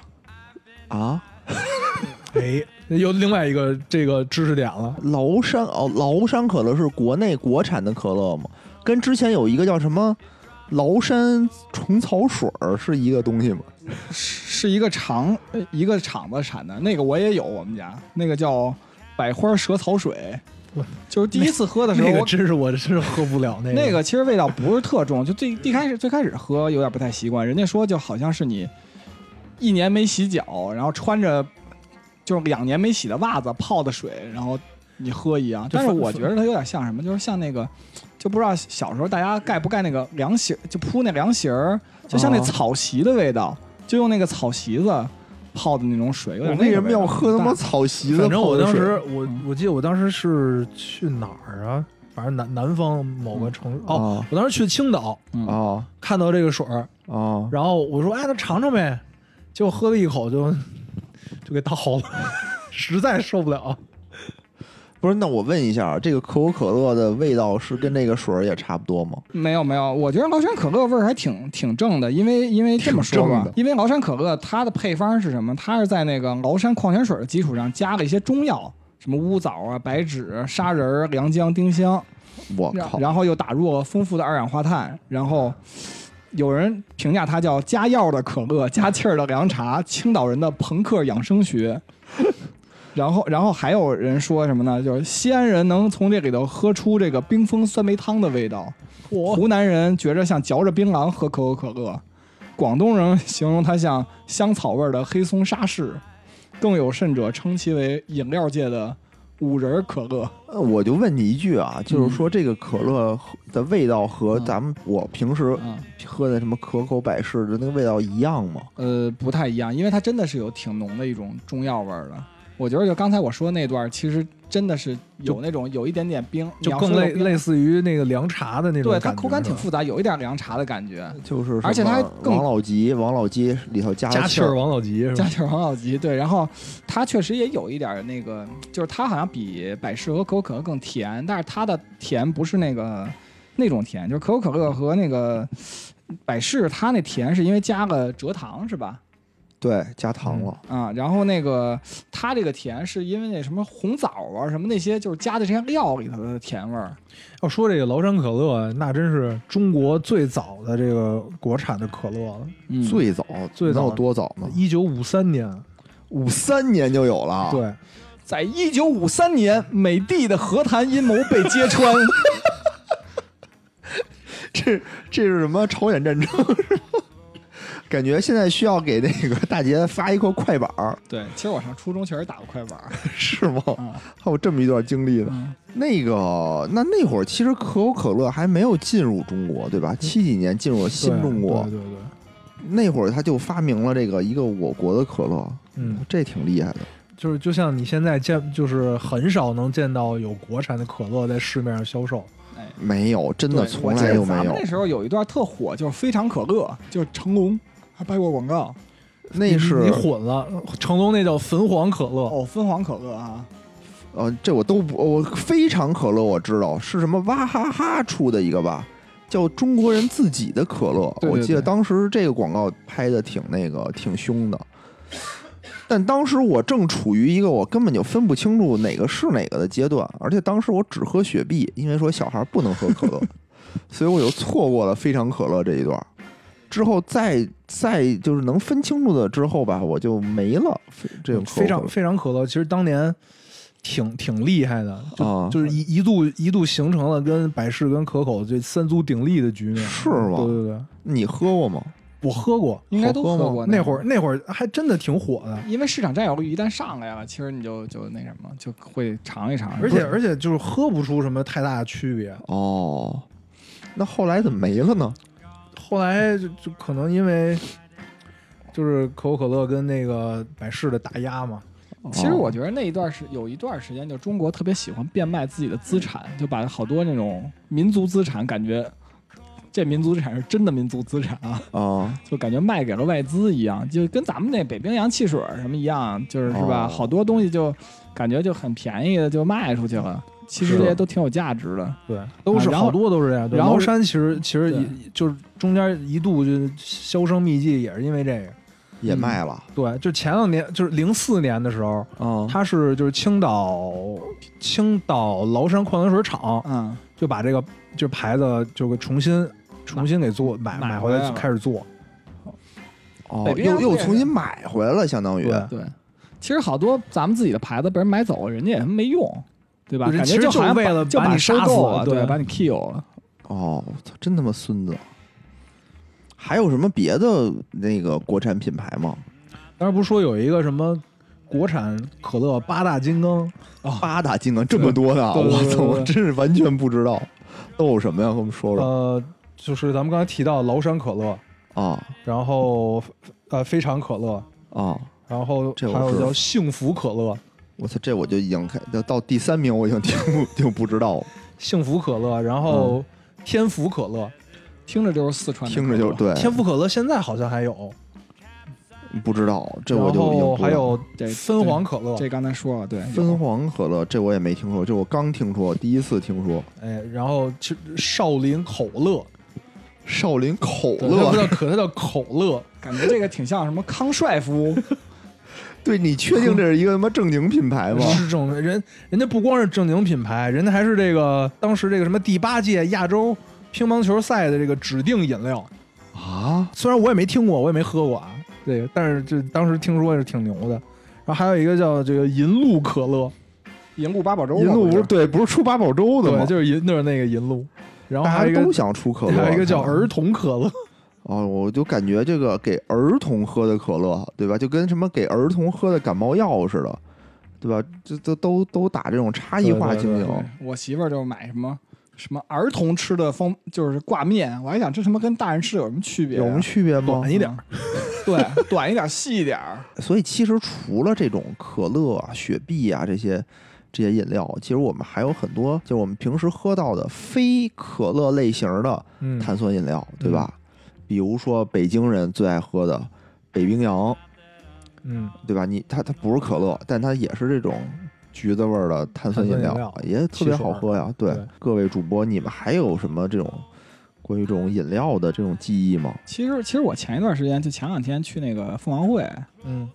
S1: 啊，
S3: 哎，又另外一个这个知识点了。
S1: 崂山哦，崂山可乐是国内国产的可乐吗？跟之前有一个叫什么崂山虫草水儿是一个东西吗？
S2: 是一个厂呃一个厂子产的，那个我也有，我们家那个叫百花蛇草水
S3: 我，
S2: 就是第一次喝的时候，
S3: 那个
S2: 我
S3: 真是我真是喝不了那个。
S2: 那个其实味道不是特重，就 最一开始最开始喝有点不太习惯，人家说就好像是你一年没洗脚，然后穿着就是两年没洗的袜子泡的水，然后你喝一样。
S3: 就
S2: 但是
S3: 放
S2: 我觉得它有点像什么，就是像那个就不知道小时候大家盖不盖那个凉席，就铺那凉席儿，就像那
S1: 哦
S2: 草席的味道，就用那个草席子泡的那种水，有
S1: 我
S2: 点那
S1: 为
S2: 个
S1: 什么要
S2: 味道
S1: 喝他妈
S2: 但
S1: 草席子
S3: 反正
S1: 泡
S3: 我
S1: 的
S3: 当
S1: 水
S3: 时，我我记得我当时是去哪儿啊？反正南南方某个城市。哦，
S1: 啊
S3: 我当时去青岛
S2: 嗯，
S1: 啊
S3: 看到这个水儿，
S1: 啊！
S3: 然后我说：“哎，那尝尝呗。”结果喝了一口就就给倒了， 实在受不了。
S1: 不是，那我问一下，这个可口可乐的味道是跟这个水儿也差不多吗？
S2: 没有没有，我觉得崂山可乐味儿还挺挺正的，因为因为这么说
S1: 挺正
S2: 吧
S1: 的，
S2: 因为崂山可乐它的配方是什么？它是在那个崂山矿泉水的基础上加了一些中药，什么乌枣啊、白芷、砂仁儿、良姜、丁香，
S1: 我
S2: 然
S1: 靠！
S2: 然后又打入了丰富的二氧化碳，然后有人评价它叫加药的可乐，加气儿的凉茶，青岛人的朋克养生学。 然后，然后还有人说什么呢？就是西安人能从这里头喝出这个冰封酸梅汤的味道，
S3: 我
S2: 湖南人觉着像嚼着槟榔喝可口可乐，广东人形容它像香草味儿的黑松沙士，更有甚者称其为饮料界的五仁儿可乐。
S1: 呃我就问你一句啊，就是说这个可乐和的味道和
S2: 嗯
S1: 咱们我平时
S3: 嗯
S2: 啊，
S1: 喝的什么可口百事的那个味道一样吗？
S2: 呃，不太一样，因为它真的是有挺浓的一种中药味儿的。我觉得就刚才我说那段儿，其实真的是有那种有一点点冰，
S3: 就更类类
S2: 似，
S3: 似于那个凉茶的那种
S2: 对它
S3: 感觉，
S2: 口感挺
S3: 是吧
S2: 复杂，有一点凉茶的感觉。
S1: 就是什么
S2: 而且它还更
S1: 王老吉，王老吉里头加了
S3: 加气儿
S1: 儿
S3: 王老吉 是
S2: 加
S3: 吧？
S2: 点儿王老吉，对，然后它确实也有一点儿那个，就是它好像比百事和可口可乐更甜，但是它的甜不是那个那种甜，就是可口可乐和那个百事它那甜是因为加了蔗糖是吧？
S1: 对加糖了。
S2: 啊，然后那个它这个甜是因为那什么红枣啊，什么那些就是加的这些料里头的甜味儿。
S3: 要说这个崂山可乐，啊那真是中国最早的这个国产的可乐了，
S2: 嗯
S1: 最早
S3: 最早
S1: 能有多早呢？
S3: 一九五三年，
S1: 五三年就有了。，啊
S3: 对，
S2: 在一九五三年，美帝的和谈阴谋被揭穿。
S1: 这这是什么朝鲜战争？是吧 感觉现在需要给那个大姐发一块快板儿，
S2: 对，其实我上初中确实打过快板儿。
S1: 是吗？
S2: 嗯
S1: 还有这么一段经历呢。
S2: 嗯，
S1: 那个，那那会儿其实可口可乐还没有进入中国，对吧？七几年进入了新
S3: 对
S1: 中
S2: 啊
S1: 国，
S3: 对对对，
S1: 那会儿他就发明了这个一个我国的可乐，
S3: 嗯，
S1: 这挺厉害的。
S3: 就是就像你现在见，就是很少能见到有国产的可乐在市面上销售，
S2: 哎，
S1: 没有，真的
S2: 对
S1: 从来就没
S2: 咱
S1: 有
S2: 们。那时候有一段特火，就是非常可乐，就是成龙还拍过广告。
S1: 那
S3: 你你
S1: 是
S3: 混了，成龙那叫汾黄可乐，
S2: 哦，分黄可乐啊，
S1: 呃，这我都不，我非常可乐我知道是什么娃哈哈出的一个吧，叫中国人自己的可乐。
S2: 对对
S1: 我记得
S2: 对
S1: 当时这个广告拍的挺那个挺凶的，但当时我正处于一个我根本就分不清楚哪个是哪个的阶段，而且当时我只喝雪碧，因为说小孩不能喝可乐， 所以我就错过了非常可乐这一段。之后再再就是能分清楚的之后吧，我就没了这种可
S3: 非常
S1: 口
S3: 非常可乐，其实当年挺挺厉害的，就、
S1: 啊
S3: 就是一一度一度形成了跟百事跟可口这三足鼎立的局面，
S1: 是吗
S3: 对对对，
S1: 你喝过吗？
S3: 我喝过，
S2: 应该都
S1: 好喝吗
S2: 过
S3: 那会
S2: 儿。
S3: 儿那会儿还真的挺火的。
S2: 因为市场占有率一旦上来了，其实你就就那什么，就会尝一尝。
S3: 而且而且就是喝不出什么太大的区别。
S1: 哦，那后来怎么没了呢？
S3: 后来就就可能因为就是可口可乐跟那个百事的打压嘛，
S1: 哦
S2: 其实我觉得那一段时有一段时间，就中国特别喜欢变卖自己的资产，就把好多那种民族资产，感觉这民族资产是真的民族资产啊，
S1: 啊，
S2: 就感觉卖给了外资一样，就跟咱们那北冰洋汽水儿什么一样，就是是吧？
S1: 哦
S2: 好多东西就感觉就很便宜的就卖出去了。其实这些
S1: 是
S2: 都挺有价值的。
S3: 对，啊都是
S2: 然后
S3: 好多都是这样。对
S2: 然后
S3: 崂山其实其实
S2: 对
S3: 也就是中间一度就销声匿迹，也是因为这个。
S1: 也卖了
S3: 对，就前两年就是零四年的时候，
S1: 啊
S3: 他是就是青岛青岛崂山矿泉水厂
S2: 嗯，
S3: 就把这个就牌子就给重新重新给做买
S2: 买
S3: 买
S2: 回
S3: 回
S2: 来
S3: 来
S2: 了
S3: 开始做。
S1: 哦
S2: 北，冰洋
S1: 又又
S2: 这个
S1: 重新买回来了，相当于
S3: 对
S2: 对。其实好多咱们自己的牌子被人买走了，人家也没用，对吧？
S3: 对
S2: 感
S3: 其
S2: 觉
S3: 实
S2: 就好像
S3: 就是为了
S2: 就
S3: 把
S2: 把
S3: 你
S2: 收
S3: 杀死
S2: 购
S3: 了
S2: 了，对，
S3: 对
S2: 把你 kill 了。
S1: 哦，我操，真他妈孙子！还有什么别的那个国产品牌吗？
S3: 当时不是说有一个什么国产可乐八大金刚，
S1: 八大金刚这么多呢，
S3: 哦对对对
S1: 我
S3: 对
S1: 操，
S3: 对
S1: 我真是完全不知道都有什么呀？跟我们说说
S3: 呃，就是咱们刚才提到崂山可乐，
S1: 啊
S3: 然后呃非常可乐，
S1: 啊！
S3: 然后
S1: 这我
S3: 还有
S1: 是
S3: 叫幸福可乐，
S1: 我操，这我就已经开到到第三名，我已经听不听不知道 了，
S3: 幸福可乐，然后天府可乐，
S1: 嗯
S2: 听着就是四川的
S1: 听着就
S2: 口味
S1: 对，
S3: 天府可乐现在好像还有，
S1: 不知道，这
S3: 然
S1: 我就已经
S3: 后
S1: 不知道
S3: 还有
S2: 这
S3: 分黄可乐，
S2: 这刚才说了，对，
S1: 分黄可乐，这我也没听说，这我刚听说，第一次听说。
S3: 哎，然后其实少林口乐，
S1: 少林口
S3: 对它不
S1: 乐，
S3: 叫可，它叫口 乐，
S2: 感觉这个挺像什么康帅夫，
S1: 对你确定这是一个什么正经品牌吗？
S3: 是正人人家不光是正经品牌，人家还是这个当时这个什么第八届亚洲乒乓球赛的这个指定饮料。
S1: 啊，
S3: 虽然我也没听过，我也没喝过啊，这个，但是就当时听说是挺牛的。然后还有一个叫这个银鹭可乐，
S2: 银鹭八宝粥嘛，
S1: 银鹭
S2: 不
S1: 不
S2: 是
S1: 是对，不是出八宝粥的
S3: 对，
S1: 吗？
S3: 就是银就是那个银鹭。然后
S1: 大
S3: 还有一
S1: 家
S3: 个
S1: 都想出可乐，
S3: 还有一个叫
S1: 看
S3: 儿童可乐，
S1: 哦，我就感觉这个给儿童喝的可乐，对吧？就跟什么给儿童喝的感冒药似的，对吧？这都都都打这种差异化
S3: 对对
S1: 经
S3: 对
S1: 营，
S2: 我媳妇儿就买什么什么儿童吃的方，就是挂面，我还想这他妈跟大人吃的有什么区别、啊
S1: 有什么区别吗
S3: 短？一点儿，
S2: 对，短一点，细一点儿。
S1: 所以其实除了这种可乐啊、雪碧啊这些这些饮料，其实我们还有很多，就是我们平时喝到的非可乐类型的
S3: 嗯，
S1: 碳酸饮料，对吧？比如说北京人最爱喝的北冰洋，
S3: 嗯，
S1: 对吧？你它它不是可乐，但它也是这种橘子味儿的碳酸饮料，
S3: 碳酸
S1: 也特别好喝呀。对
S3: 对
S1: 各位主播，你们还有什么这种关于这种饮料的这种记忆吗？
S2: 其实，其实我前一段时间就前两天去那个凤凰会，
S3: 嗯，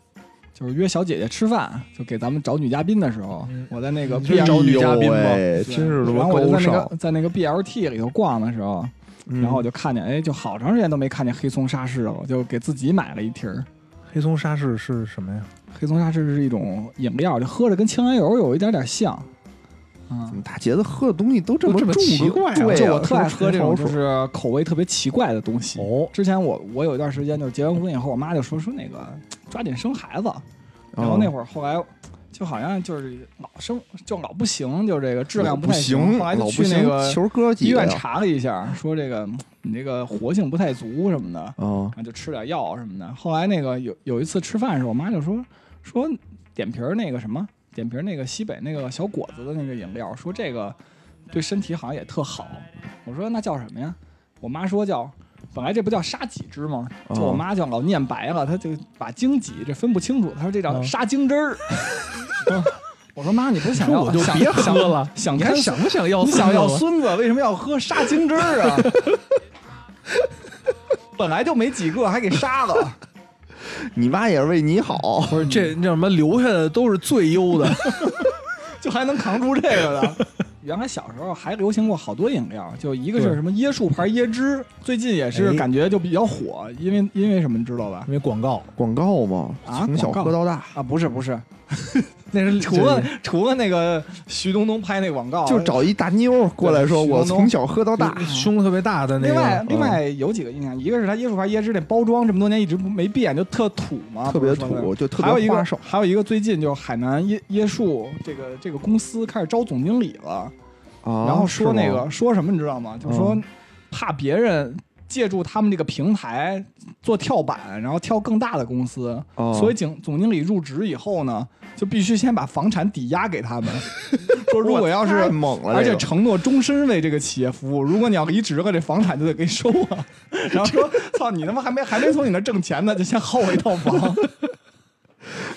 S2: 就是约小姐姐吃饭，就给咱们找女嘉宾的时候，
S3: 嗯
S2: 我在那个
S3: 你是
S2: B
S3: 找
S2: L
S3: 女嘉宾吗
S1: 哎呦喂真是他
S2: 然
S1: 妈
S2: 后我就
S1: 高
S2: 在那
S1: 尚。
S2: 个在那个 B L T 里头逛的时候，
S1: 嗯
S2: 然后我就看见，哎，就好长时间都没看见黑松沙士了，我就给自己买了一瓶儿。
S3: 黑松沙士是什么呀？
S2: 黑松沙士是一种饮料，就喝着跟清凉油有一点点像。啊
S1: 怎，么大杰子喝的东西都这
S3: 都这
S1: 重
S3: 么
S1: 个
S3: 奇怪啊
S1: 对
S2: 就
S1: 哎呀
S2: 我特爱喝这种
S1: 什
S2: 就
S1: 么纯
S2: 是口味特别奇怪的东西。
S3: 哦，
S2: 之前我我有一段时间就结完婚以后，我妈就说说那个抓紧生孩子，
S1: 茶水
S2: 然后那
S1: 哦
S2: 会儿后来就好像就是老生就老不行，就这个质量
S1: 老
S2: 太
S1: 行，
S2: 后来就
S1: 老
S2: 去
S1: 不
S2: 那
S1: 行
S2: 个
S1: 球哥
S2: 医
S1: 几个
S2: 院
S1: 呀？
S2: 查了一下，说这个嗯你这个活性不太足什么的，
S1: 啊
S2: 然后就吃点药什么的。后来那个有有一次吃饭的时候，我妈就说说点瓶儿那个什么，点瓶儿那个西北那个小果子的那个饮料，说这个对身体好像也特好。我说那叫什么呀？我妈说叫，本来这不叫杀几汁吗？就我
S1: 哦
S3: 嗯
S2: 妈就老念白了，她就把荆棘这分不清楚，她说这叫
S3: 嗯
S2: 杀荆汁 儿。我说妈，你不是想要
S3: 我就
S2: 想
S3: 别喝
S2: 想
S3: 了，
S2: 想
S3: 你还
S2: 看
S3: 想不想要
S2: 你
S3: 孙子
S2: 想要
S3: 了
S2: 孙子，为什么要喝杀精汁儿 啊？本来就没几个，还给杀了。
S1: 你妈也是为你 好，
S3: 不是这那叫什么留下的都是最优的，
S2: 就还能扛住这个的。原来小时候还流行过好多饮料，就一个是
S3: 对
S2: 什么椰树牌椰汁，最近也是
S3: 哎
S2: 感觉就比较火，因为因为什么你知道吧
S3: 因？为广告
S1: 广告嘛，
S2: 啊
S1: 从小
S2: 广告
S1: 喝到大，
S2: 啊，不是不是，
S3: 那 是
S2: 除了除了那个徐冬冬拍那广告，
S1: 就找一大妞儿过来说，
S2: 哦对
S1: 我
S2: 徐冬冬
S1: 从小喝到大
S3: 大，胸特别大的那个，
S2: 另外，
S3: 嗯
S2: 另外有几个印象，一个是它椰树牌椰汁那包装这么多年一直不没变，就特土嘛，
S1: 特别
S2: 不是说的
S1: 土，就特
S2: 还有一
S1: 别花
S2: 个
S1: 哨。
S2: 还有一个最近就是海南椰椰树这个这个公司开始招总经理了，
S1: 啊
S2: 然后说那
S1: 是吗
S2: 个说什么你知道吗？就说
S1: 嗯
S2: 怕别人借助他们这个平台做跳板，然后跳更大的公司，
S1: 哦
S2: 所以总总经理入职以后呢，就必须先把房产抵押给 他们。说如果要是
S1: 太猛了，
S2: 而
S1: 这
S2: 且
S1: 个
S2: 承诺终身为这个企业服务。如果你要离职了，这房产就得给收啊。然后说：“操，你他妈还没还没从你那挣钱呢，就先薅我一套房。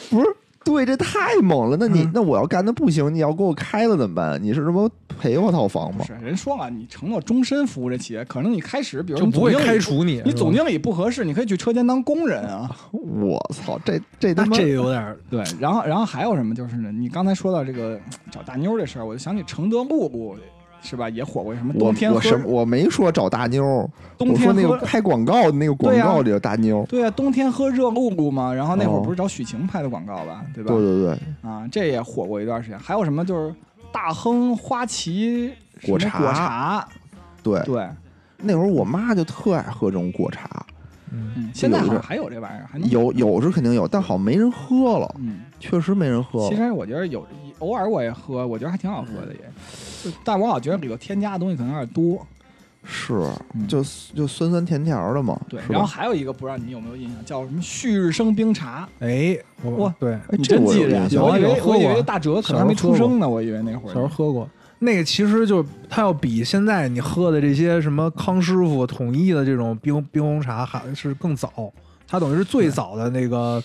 S1: 不是对，这太猛了。那你、
S2: 嗯
S1: 那我要干的不行，你要给我开了怎么办？你是什么赔我套房
S2: 不
S1: 吗？
S2: 是人说了，你承诺终身服务这企业，可能你开始，比如
S3: 就
S2: 你
S3: 不
S2: 总
S3: 会
S2: 经理
S3: 开除你。
S2: 你
S3: 是吧
S2: 总经理不合适，你可以去车间当工人啊。
S1: 我操，这这他
S3: 那
S1: 妈
S3: 这有点儿
S2: 对，然后然后还有什么就是呢？你刚才说到这个找大妞儿这事儿，我就想起承德露露是吧？也火过什么
S1: 我
S2: 冬天
S1: 我
S2: 喝
S1: 什么我没说找大妞儿，
S2: 冬
S1: 我说
S2: 天
S1: 那个
S2: 喝
S1: 拍广告的那个广
S2: 对啊
S1: 告里有大妞儿。
S2: 对啊，冬天喝热露露嘛。然后那会儿
S1: 哦
S2: 不是找许晴拍的广告吧，对吧？
S1: 对对对，
S2: 啊，这也火过一段时间。还有什么就是大亨花旗什么
S1: 果茶哎
S2: 果茶，
S1: 对，
S2: 对，
S1: 那会儿我妈就特爱喝这种果茶，
S3: 嗯
S2: 嗯，现在
S1: 有一
S2: 好
S1: 阵
S2: 像
S1: 儿
S2: 还有这玩意儿，还能。
S1: 有有是肯定有，但好像没人喝了，
S2: 嗯，
S1: 确实没人喝
S2: 其
S1: 了。
S2: 实我觉得有，偶尔我也喝，我觉得还挺好喝
S1: 嗯
S2: 的也，就但我老觉得里头添加的东西可能有点多。
S1: 是，
S2: 嗯
S1: 就就酸酸甜甜的嘛，
S2: 对，
S1: 是
S2: 然后
S1: 吧？
S2: 还有一个不知道你有没有印象，叫什么旭日升冰茶，
S3: 哎，我
S2: 哇
S3: 对
S1: 哎
S2: 你
S1: 这
S2: 真
S1: 我
S2: 记
S1: 有
S2: 着呀啊
S1: 印？象
S2: 我以
S3: 有
S2: 为
S3: 有喝
S2: 我以
S3: 过
S2: 为大哲可能还没出生呢，我以为那会
S3: 小时候
S2: 儿。
S3: 喝过那个，其实就它要比现在你喝的这些什么康师傅统一的这种冰冰红茶还是更早，它等于是最早的那个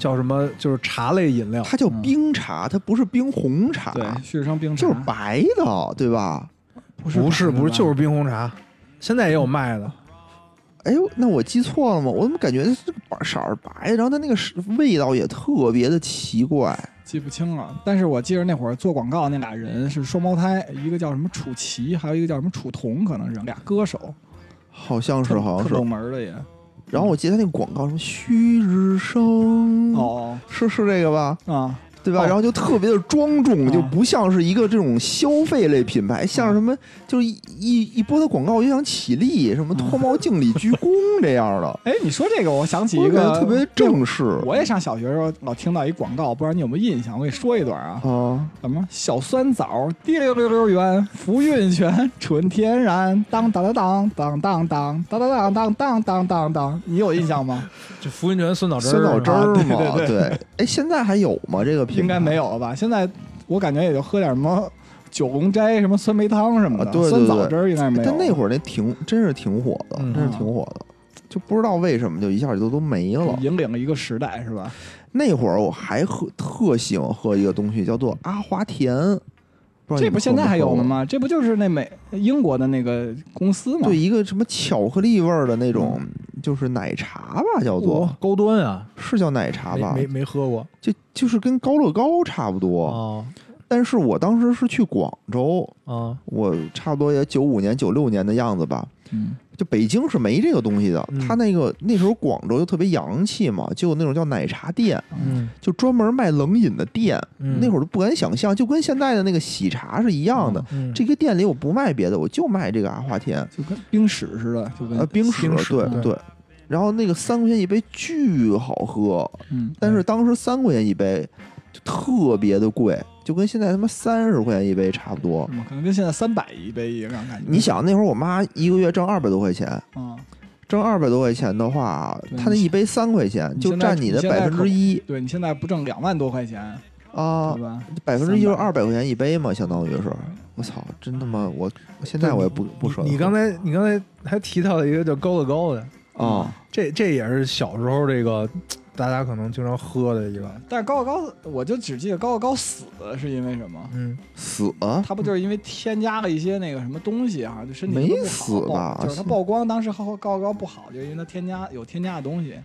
S3: 叫什么，就是茶类饮料。
S1: 它叫
S2: 嗯
S1: 冰茶，它不是冰红茶，
S2: 对，旭日升冰茶
S1: 就是白的，对吧？
S2: 不是
S3: 不是不是，就是是冰红茶，现在也有卖的。
S1: 哎呦，那我记错了吗？我怎么感觉这个色儿白的，然后它那个是味道也特别的奇怪。
S2: 记不清了。但是我记着那会儿做广告那俩人是双胞胎，一个叫什么楚奇，还有一个叫什么楚彤，可能是俩歌手，
S1: 好像是，
S2: 特
S1: 好像
S2: 特
S1: 是
S2: 冷。门儿的也。
S1: 然后我记得他那个广告什么“旭日升”，，
S2: 哦
S1: 是是这个吧？
S2: 啊，
S1: 对吧？
S2: 哦
S1: 然后就特别的庄重，
S2: 啊
S1: 就不像是一个这种消费类品
S2: 哦
S1: 牌，像是什么就是一一一播到广告就想起立，什么脱毛敬礼、鞠躬这样的，
S2: 哎，你说这个，我想起
S1: 我
S2: 一
S1: 感
S2: 个哎
S1: 觉特别正式
S2: 我也上小学的时候老听到一广告，不知道你有没有印象？我给你说一段啊，
S1: 啊。
S2: 什么小酸枣滴溜溜溜圆，福运泉纯天然，当当当当当当当当当当当当当当，你有印象吗？
S3: 就福云泉酸枣汁儿，啊
S1: 酸枣汁儿
S2: 啊对
S1: 嘛，
S2: 对对
S1: 对。哎，现在还有吗？这个品牌
S2: 应该没有了吧？现在我感觉也就喝点什么九龙斋、什么酸梅汤什么的，
S1: 啊对对哎
S2: 酸枣汁儿应该是没有。
S1: 但那会儿那挺真是挺火的，
S3: 嗯
S1: 真是挺火的，就不知道为什么就一下就都都没了。
S2: 引领了一个时代是吧？
S1: 那会儿我还喝特喜欢喝一个东西，叫做阿华田，不知道你
S2: 这
S1: 们
S2: 不现在还有
S1: 喝没
S2: 了
S1: 喝过？
S2: 吗？这不就是那美英国的那个公司吗？
S1: 对，一个什么巧克力味儿的那种，
S3: 嗯
S1: 就是奶茶吧，叫做、
S3: 哇高端啊，
S1: 是叫奶茶
S3: 没
S1: 吧？
S3: 没没喝过
S1: 就就是跟高乐高差不多。
S3: 啊
S1: 但是我当时是去广州，
S3: 啊，
S1: 我差不多也九五年、九六年的样子吧。
S2: 嗯，
S1: 就北京是没这个东西的，
S3: 嗯
S1: 它那个那时候广州就特别洋气嘛，就有那种叫奶茶店，
S3: 嗯
S1: 就专门卖冷饮的店。
S3: 嗯
S1: 那会儿都不敢想象，就跟现在的那个喜茶是一样的。
S3: 嗯
S1: 这个店里我不卖别的，我就卖这个阿华田，
S2: 就跟冰史似的，就跟
S1: 呃，冰室，
S3: 冰室
S1: 对
S3: 对
S1: 对。然后那个三块钱一杯，巨好喝，
S2: 嗯，
S1: 但是当时三块钱一杯就特别的贵，就跟现在他妈三十块钱一杯差不多。
S2: 嗯可能跟现在三百一杯一样感觉。
S1: 你想那会儿我妈一个月挣二百多块钱，
S2: 啊，
S1: 挣二百多块钱的话，
S2: 对
S1: 她那一杯三块钱
S2: 你
S1: 就
S2: 现在
S1: 占你的
S2: 你现在
S1: 百分之一
S2: 对你现在不挣两万多块钱，
S1: 啊
S2: 对，吧？
S1: 百分之一就是二
S2: 300
S1: 百块钱一杯嘛，相当于是。我操，真他妈我我现在我也不不舍得
S3: 你
S1: 喝
S3: 刚才你刚才还提到了一个叫高乐高的，
S1: 啊，
S3: 这这也是小时候这个大家可能经常喝的一个，
S2: 但是高高高，我就只记得高高高死是因为什么？
S3: 嗯，
S1: 死啊
S2: 他不就是因为添加了一些那个什么东西啊，就身体
S1: 没死吧
S2: 就是他曝光当时高高高不好，就是因为他添加有添加的东西，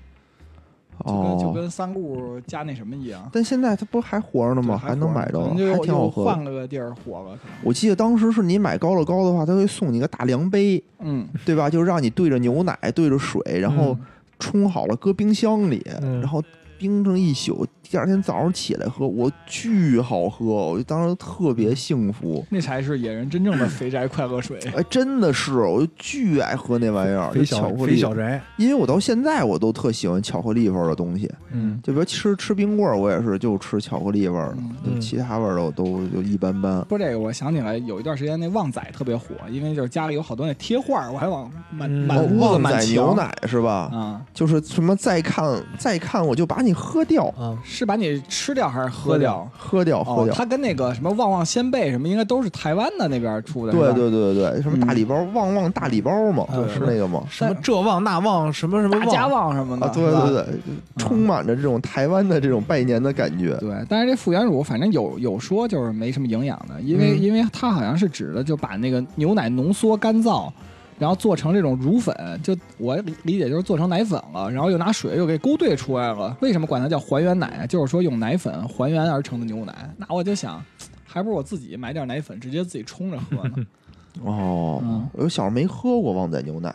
S2: 就跟、就
S1: 哦！
S2: 跟三顾加那什么一样。
S1: 但现在它不是还活着呢吗？
S2: 对还
S1: 能
S2: 火
S1: 买着，
S2: 可能就
S1: 还挺好
S2: 又
S1: 喝的。
S2: 换了个地儿火了。可能
S1: 我记得当时是你买高乐高的话，他会送你个大量 杯，
S2: 嗯，
S1: 对吧？就让你兑着牛奶，兑着水，然后
S2: 嗯
S1: 冲好了搁冰箱里，
S3: 嗯
S1: 然后冰上一宿，第二天早上起来喝，我巨好喝，我就当时特别幸福。
S2: 那才是野人真正的肥宅快乐水。
S1: 哎，真的是，我就巨爱喝那玩意儿，
S3: 肥
S1: 就
S3: 嗯小
S1: 巧克
S3: 肥
S1: 力
S3: 小，宅，
S1: 因为我到现在我都特喜欢巧克力味儿的东西，
S3: 嗯，
S1: 就比如吃吃冰棍儿，我也是就吃巧克力味儿的，
S3: 嗯
S1: 就其他味儿的我都就一般般。
S2: 说这个，我想起来有一段时间那旺仔特别火，因为就是家里有好多那贴画儿，我还往满
S3: 嗯
S2: 满
S1: 哦
S2: 屋子
S1: 旺
S2: 满
S1: 仔牛
S2: 墙
S1: 奶是吧？
S2: 啊，
S1: 就是什么再看再看我就把你喝掉，
S3: 啊，
S2: 是把你吃掉还是喝掉？
S1: 喝掉，喝
S2: 哦
S1: 掉，。
S2: 它跟那个什么旺旺仙贝什么，应该都是台湾的那边出的。是
S1: 对
S2: 吧，
S1: 对对对对，什么
S2: 嗯
S1: 大礼包，旺旺大礼包嘛，
S3: 对
S1: 是那个吗？
S3: 什么这旺那旺什么什么
S2: 大家
S3: 旺，
S2: 旺什么的。
S1: 啊，对
S2: 是吧
S1: 对对，充满着这种台湾的这种拜年的感觉。
S2: 对，但是这复原乳反正有有说就是没什么营养的，因为、
S3: 嗯
S2: 因为它好像是指的就把那个牛奶浓缩干燥，然后做成这种乳粉，就我理理解就是做成奶粉了，然后又拿水又给勾兑出来了。为什么管它叫还原奶啊？就是说用奶粉还原而成的牛奶。那我就想，还不如我自己买点奶粉直接自己冲着喝呢。
S1: 哦
S2: 嗯，
S1: 我小时候没喝过旺仔牛奶，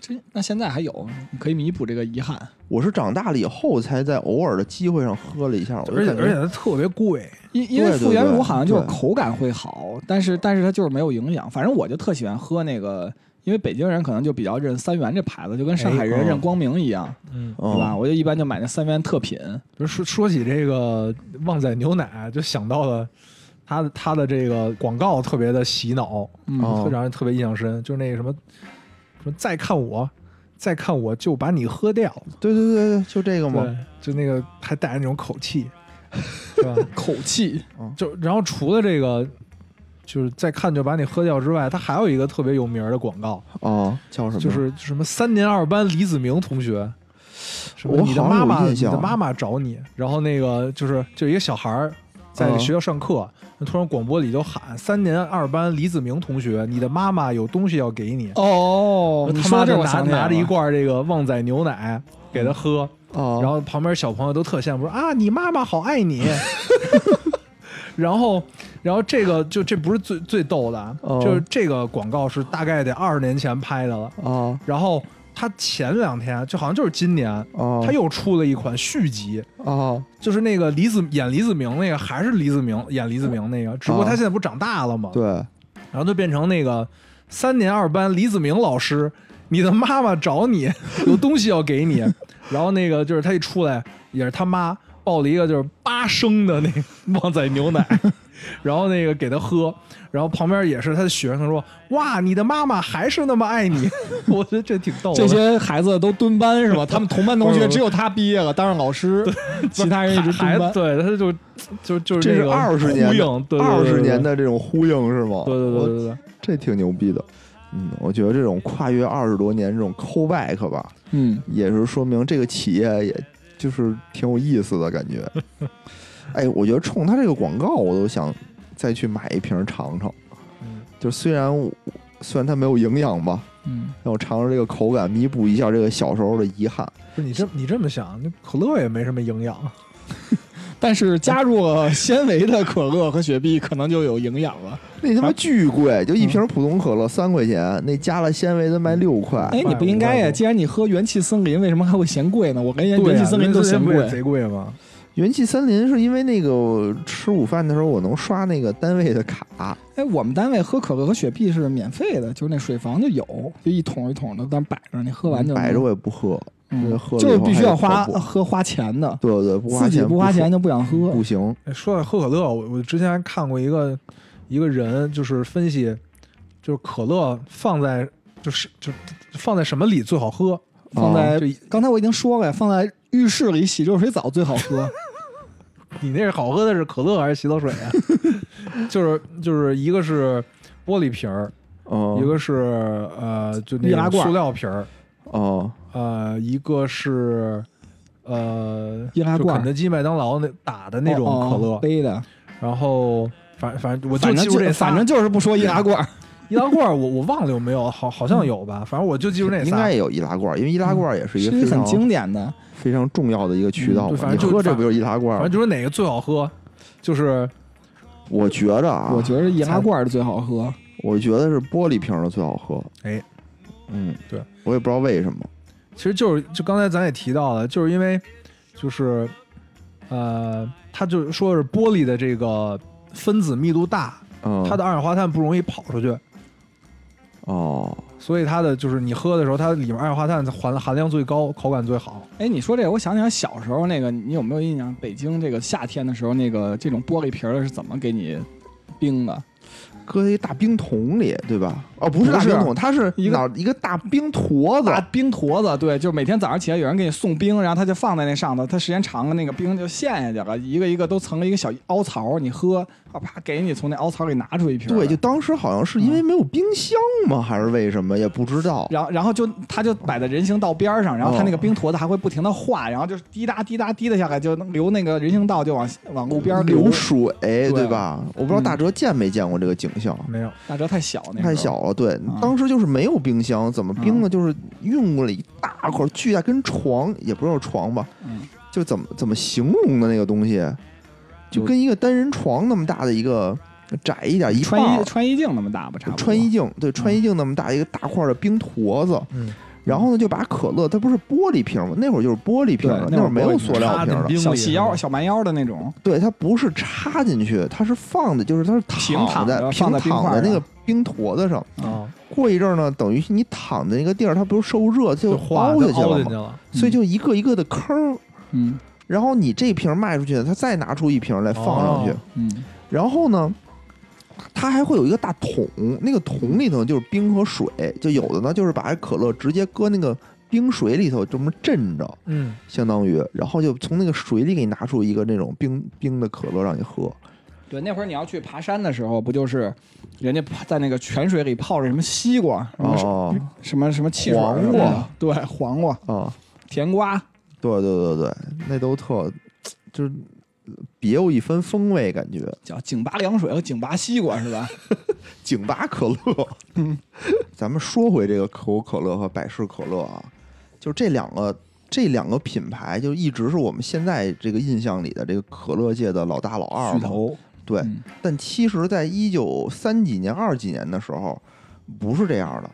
S2: 这那现在还有，你可以弥补这个遗憾。
S1: 我是长大了以后才在偶尔的机会上喝了一下，我就
S3: 而且
S1: 感觉
S3: 而且它特别贵，
S2: 因因为
S1: 对对
S2: 复原乳
S1: 对
S2: 好像就是
S1: 对
S2: 口感会好，但是但是它就是没有营养。反正我就特喜欢喝那个，因为北京人可能就比较认三元这牌子，就跟上海
S1: 哎
S2: 人
S1: 嗯
S2: 认光明一样，
S3: 嗯，
S1: 嗯
S2: 是吧？我就一般就买那三元特品。
S3: 比如说说起这个旺仔牛奶，就想到了它的它的这个广告特别的洗脑，
S2: 嗯，
S1: 哦
S3: 会让人特别印象深，就是那个什么什么再看我，再看我就把你喝掉，
S1: 对对对对，就这个嘛。
S3: 对，就那个还带着那种口 气，是吧？
S2: 口气
S3: 就然后除了这个，就是再看就把你喝掉之外，它还有一个特别有名儿的广告，
S1: 哦，叫什么？
S3: 就是什么三年二班李子明同学，什么
S1: 我
S3: 你的
S1: 好像
S3: 妈
S1: 有
S3: 妈，
S1: 印
S3: 你
S1: 象
S3: 的妈妈找你，然后那个就是就一个小孩儿在
S1: 嗯
S3: 学校上课，突然广播里就喊三年二班李子明同学，你的妈妈有东西要给你，
S2: 哦你
S3: 他妈
S2: 说这
S3: 就
S2: 我
S3: 拿
S2: 想起来
S3: 拿着一
S2: 了
S3: 罐这个旺仔牛奶给他喝，
S1: 哦，
S3: 然后旁边小朋友都特羡慕说啊，你妈妈好 爱你。然后，然后这个就这不是最最逗的啊，
S1: 哦
S3: 就是这个广告是大概得二十年前拍的了。
S1: 哦
S3: 然后他前两天就好像就是今年，
S1: 哦，
S3: 他又出了一款续集，
S1: 哦
S3: 就是那个李子演李子明那个还是李子明演李子明那个，只不
S1: 哦
S3: 过他现在不长大了嘛，
S1: 对，
S3: 然后就变成那个三年二班李子明老师，你的妈妈找你，有东西要给你。然后那个就是他一出来，也是他妈抱了一个就是八升的那个旺仔牛奶，然后那个给他喝，然后旁边也是他的学生说：“哇，你的妈妈还是那么爱你。”我觉得这挺逗的。
S2: 这些孩子都蹲班是吧？他们同班同学只有他毕业了，当上老师，其他人一直
S3: 嗯孩
S2: 蹲
S3: 子
S2: 班。
S3: 对，他就就就是
S1: 这是
S3: 那个
S1: 20年
S3: 呼
S1: 的
S3: 应，对
S1: 二十年，
S3: 对
S1: 的这种呼应是吗？
S3: 对对对对
S1: 我
S3: 对对对。
S1: 这挺牛逼的。嗯，我觉得这种跨越二十多年这种 callback 吧，
S2: 嗯，
S1: 也是说明这个企业也就是挺有意思的感觉。哎，我觉得冲他这个广告，我都想再去买一瓶尝尝。
S3: 嗯
S1: 就虽然我虽然它没有营养吧，
S2: 嗯，
S1: 让我尝尝这个口感，弥补一下这个小时候的遗憾。
S3: 不是你这你这么想，那可乐也没什么营养。
S2: 但是加入了纤维的可乐和雪碧，可能就有营养了。
S1: 那他妈巨贵，就一瓶普通可乐三块钱，那加了纤维的卖六块。
S2: 哎，你不应该呀！既然你喝元气森林，为什么还会嫌贵呢？我跟人家
S3: 对
S2: 元
S3: 啊
S2: 气森林都
S3: 那
S2: 嫌
S3: 不
S2: 贵啊
S3: 也。贼贵吗？
S1: 元气森林是因为那个吃午饭的时候我能刷那个单位的卡，
S2: 哎，我们单位喝可乐和雪碧是免费的，就是那水房就有，就一桶一桶的，但摆着你喝完就
S1: 嗯摆着我也不喝，
S2: 嗯
S1: 喝了以后
S2: 就是必须要
S1: 还
S2: 花
S1: 得跑步
S2: 喝花钱的，
S1: 对对，不花
S2: 自己
S1: 钱
S2: 不花钱就不想
S1: 不
S2: 喝。
S1: 不行。
S3: 哎说到喝可乐，我我之前还看过一个一个人，就是分析，就是可乐放在就是就放在什么里最好喝？
S2: 放在、
S3: 就
S2: 刚才我已经说了呀，放在浴室里洗热水澡最好喝。
S3: 你那是好喝的是可乐还是洗澡水啊？ 就是就是一个是玻璃瓶儿，
S1: 哦
S3: 一个是呃就那
S2: 易拉
S3: 种
S2: 罐
S3: 塑料瓶儿，
S1: 哦
S3: 呃一个是呃
S2: 易拉
S3: 就
S2: 罐
S3: 肯德基、麦当劳那打的那种
S2: 哦
S3: 可乐，
S2: 哦杯的，
S3: 然后反反正我就
S2: 反正
S3: 记住这
S2: 就
S3: 仨
S2: 反正就是不说易拉罐。
S3: 易拉罐儿我我忘了有没有，好好像有吧，反正我就记住那仨。
S1: 嗯应该也有易拉罐，因为易拉罐也是一
S2: 嗯是
S1: 个
S2: 一
S1: 非
S2: 个很
S1: 常
S2: 经典的，
S1: 非常重要的一个渠道
S3: 嗯对
S1: 嘛。
S3: 反
S1: 你
S3: 正就
S1: 喝这
S3: 反
S1: 不就是易拉罐
S3: 反
S1: 吗
S3: 正？就是哪个最好喝，就是
S1: 我觉着啊，
S2: 我觉得易拉罐的最好喝。
S1: 我觉得是玻璃瓶的最好喝。
S3: 哎，
S1: 嗯，
S3: 对，
S1: 我也不知道为什么。
S3: 其实就是就刚才咱也提到了，就是因为就是呃，他就说是玻璃的这个分子密度大，
S1: 嗯，
S3: 它的二氧化碳不容易跑出去，
S1: 哦，
S3: 所以它的就是你喝的时候，它里面二氧化碳含含量最高，口感最好。
S2: 哎，你说这个，我想起来小时候那个，你有没有印象？北京这个夏天的时候，那个这种玻璃瓶儿的是怎么给你冰的？
S1: 搁在一大冰桶里，对吧？哦，不是大
S2: 不是
S1: 冰桶，它是
S2: 一个
S1: 哪儿一个大冰坨子
S2: 大，冰坨子，对，就是每天早上起来有人给你送冰，然后他就放在那上头，他时间长了那个冰就陷下去了，一个一个都成了一个小凹槽，你喝，啪啪给你从那凹槽里拿出一瓶儿来。
S1: 对，就当时好像是
S2: 嗯
S1: 因为没有冰箱吗？还是为什么也不知道。
S2: 然后，然后就他就摆在人行道边儿上，然后他那个
S1: 哦
S2: 冰坨子还会不停的化，然后就是滴答滴答滴答下来，就能流那个人行道就往往路边儿
S1: 流水，对
S2: 对
S1: 吧？我不知道大哲见没见过这个景象，
S3: 没有，
S2: 那时候太小，嗯那时嗯候
S1: 太小了。对，当时就是没有冰箱，怎么冰呢？就是运过来一大块巨大，跟床也不是床吧，
S2: 嗯
S1: 就怎么怎么形容的那个东西，就跟一个单人床那么大的一个窄一点一
S2: 穿
S1: 半
S2: 衣
S1: 儿
S2: 穿衣镜那么大吧，差不多。嗯
S1: 穿衣镜，对，穿衣镜那么大一个大块的冰坨子，
S3: 嗯，
S1: 然后呢就把可乐，它不是玻璃瓶吗？那会儿就是玻璃瓶
S2: 对
S1: 了，
S2: 那
S1: 那
S2: 会
S1: 会
S2: 儿
S1: 儿没有
S2: 玻璃
S1: 塑料
S3: 插
S1: 瓶
S3: 进
S1: 了，
S3: 冰
S2: 小
S3: 里
S2: 细腰、小蛮腰的那种，
S1: 对，它不是插进去，它是放的，就是它是
S2: 平躺
S1: 在
S2: 着
S1: 平
S2: 放在冰
S1: 躺
S2: 块
S1: 在那
S2: 上
S1: 个冰坨子上。
S3: 啊，
S1: 过一阵儿呢，等于你躺在那个地儿，它不是受热就
S3: 化
S1: 凹下
S3: 就
S1: 去
S3: 凹
S1: 了
S3: 进去
S1: 吗？
S3: 了，
S1: 所以就一个一个的坑儿。
S2: 嗯
S1: 然后你这瓶卖出去，它再拿出一瓶来放上去，
S3: 哦
S2: 嗯，
S1: 然后呢，它还会有一个大桶，那个桶里头就是冰和水，就有的呢就是把可乐直接搁那个冰水里头这么镇着，
S3: 嗯，
S1: 相当于，然后就从那个水里给你拿出一个那种冰冰的可乐让你喝。
S2: 对，那会儿你要去爬山的时候，不就是人家泡在那个泉水里泡着什么西瓜，什么、
S1: 哦
S2: 什么什么汽水，
S1: 黄瓜，
S2: 对，黄瓜、
S1: 啊，
S2: 甜瓜，
S1: 对对对对，那都特就是别有一番风味，感觉
S2: 叫井拔凉水和井拔西瓜是吧？
S1: 井巴可 乐。
S2: 嗯
S1: 咱们说回这个可口可乐和百事可乐啊，就这两个这两个品牌，就一直是我们现在这个印象里的这个可乐界的老大老 二
S2: 巨
S1: 嘛。
S2: 头，
S1: 对，
S2: 嗯
S1: 但其实，在一九三几年、二几年的时候，不是这样的。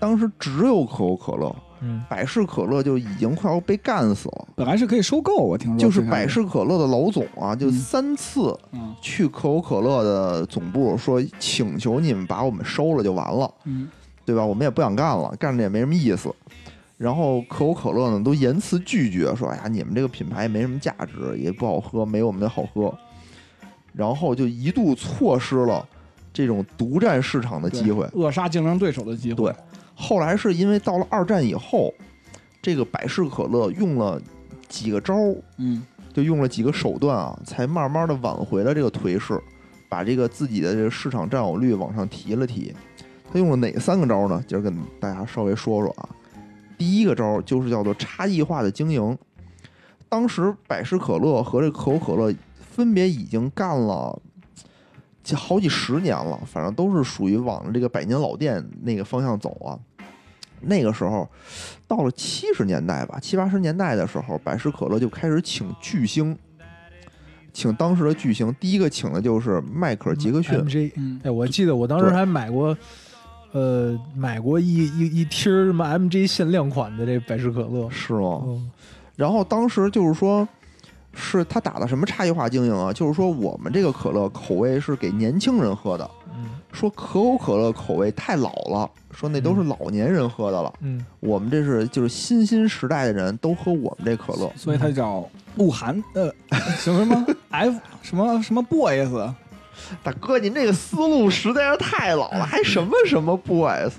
S1: 当时只有可口可乐，
S3: 嗯，
S1: 百事可乐就已经快要被干死了。
S2: 本来是可以收购，我听说
S1: 就是
S2: 最开
S1: 百
S2: 始，
S1: 事可乐的老总啊，就
S2: 嗯
S1: 三次
S2: 嗯
S1: 去可口可乐的总部说，请求你们把我们收了就完了，
S2: 嗯，
S1: 对吧？我们也不想干了，干着也没什么意思。然后可口可乐呢，都严词拒绝，说：“哎呀，你们这个品牌没什么价值，也不好喝，没有我们的好喝。”然后就一度错失了这种独占市场的
S2: 对
S1: 机会。
S2: 扼杀竞争对手的机会，
S1: 对后来是因为到了二战以后，这个百事可乐用了几个招儿，
S2: 嗯，
S1: 就用了几个手段啊，才慢慢的挽回了这个颓势，把这个自己的这个市场占有率往上提了提。他用了哪三个招呢？今儿跟大家稍微说说啊。第一个招就是叫做差异化的经营。当时百事可乐和这可口可乐分别已经干了这好几十年了，反正都是属于往着这个百年老店那个方向走啊。那个时候，到了七十年代吧，七八十年代的时候，百事可乐就开始请巨星，请当时的巨星。第一个请的就是迈克尔·杰克逊，
S3: MJ
S2: 嗯
S3: 哎，我记得我当时
S1: 对
S3: 还买过，呃，买过一一一听儿什么 MJ 限量款的这百事可乐。
S1: 是吗？
S3: 嗯
S1: 然后当时就是说，是他打的什么差异化经营啊？就是说我们这个可乐口味是给年轻人喝的，
S3: 嗯
S1: 说可口可乐口味太老了，说那都是老年人喝的了，
S3: 嗯，
S1: 我们这是就是新兴时代的人都喝我们这可乐。
S2: 所以他叫鹿晗，呃，什么什 么 F 什么什么
S1: 啊
S2: boys，
S1: 大哥，您这个思路实在是太老 了，还什么什么 boys？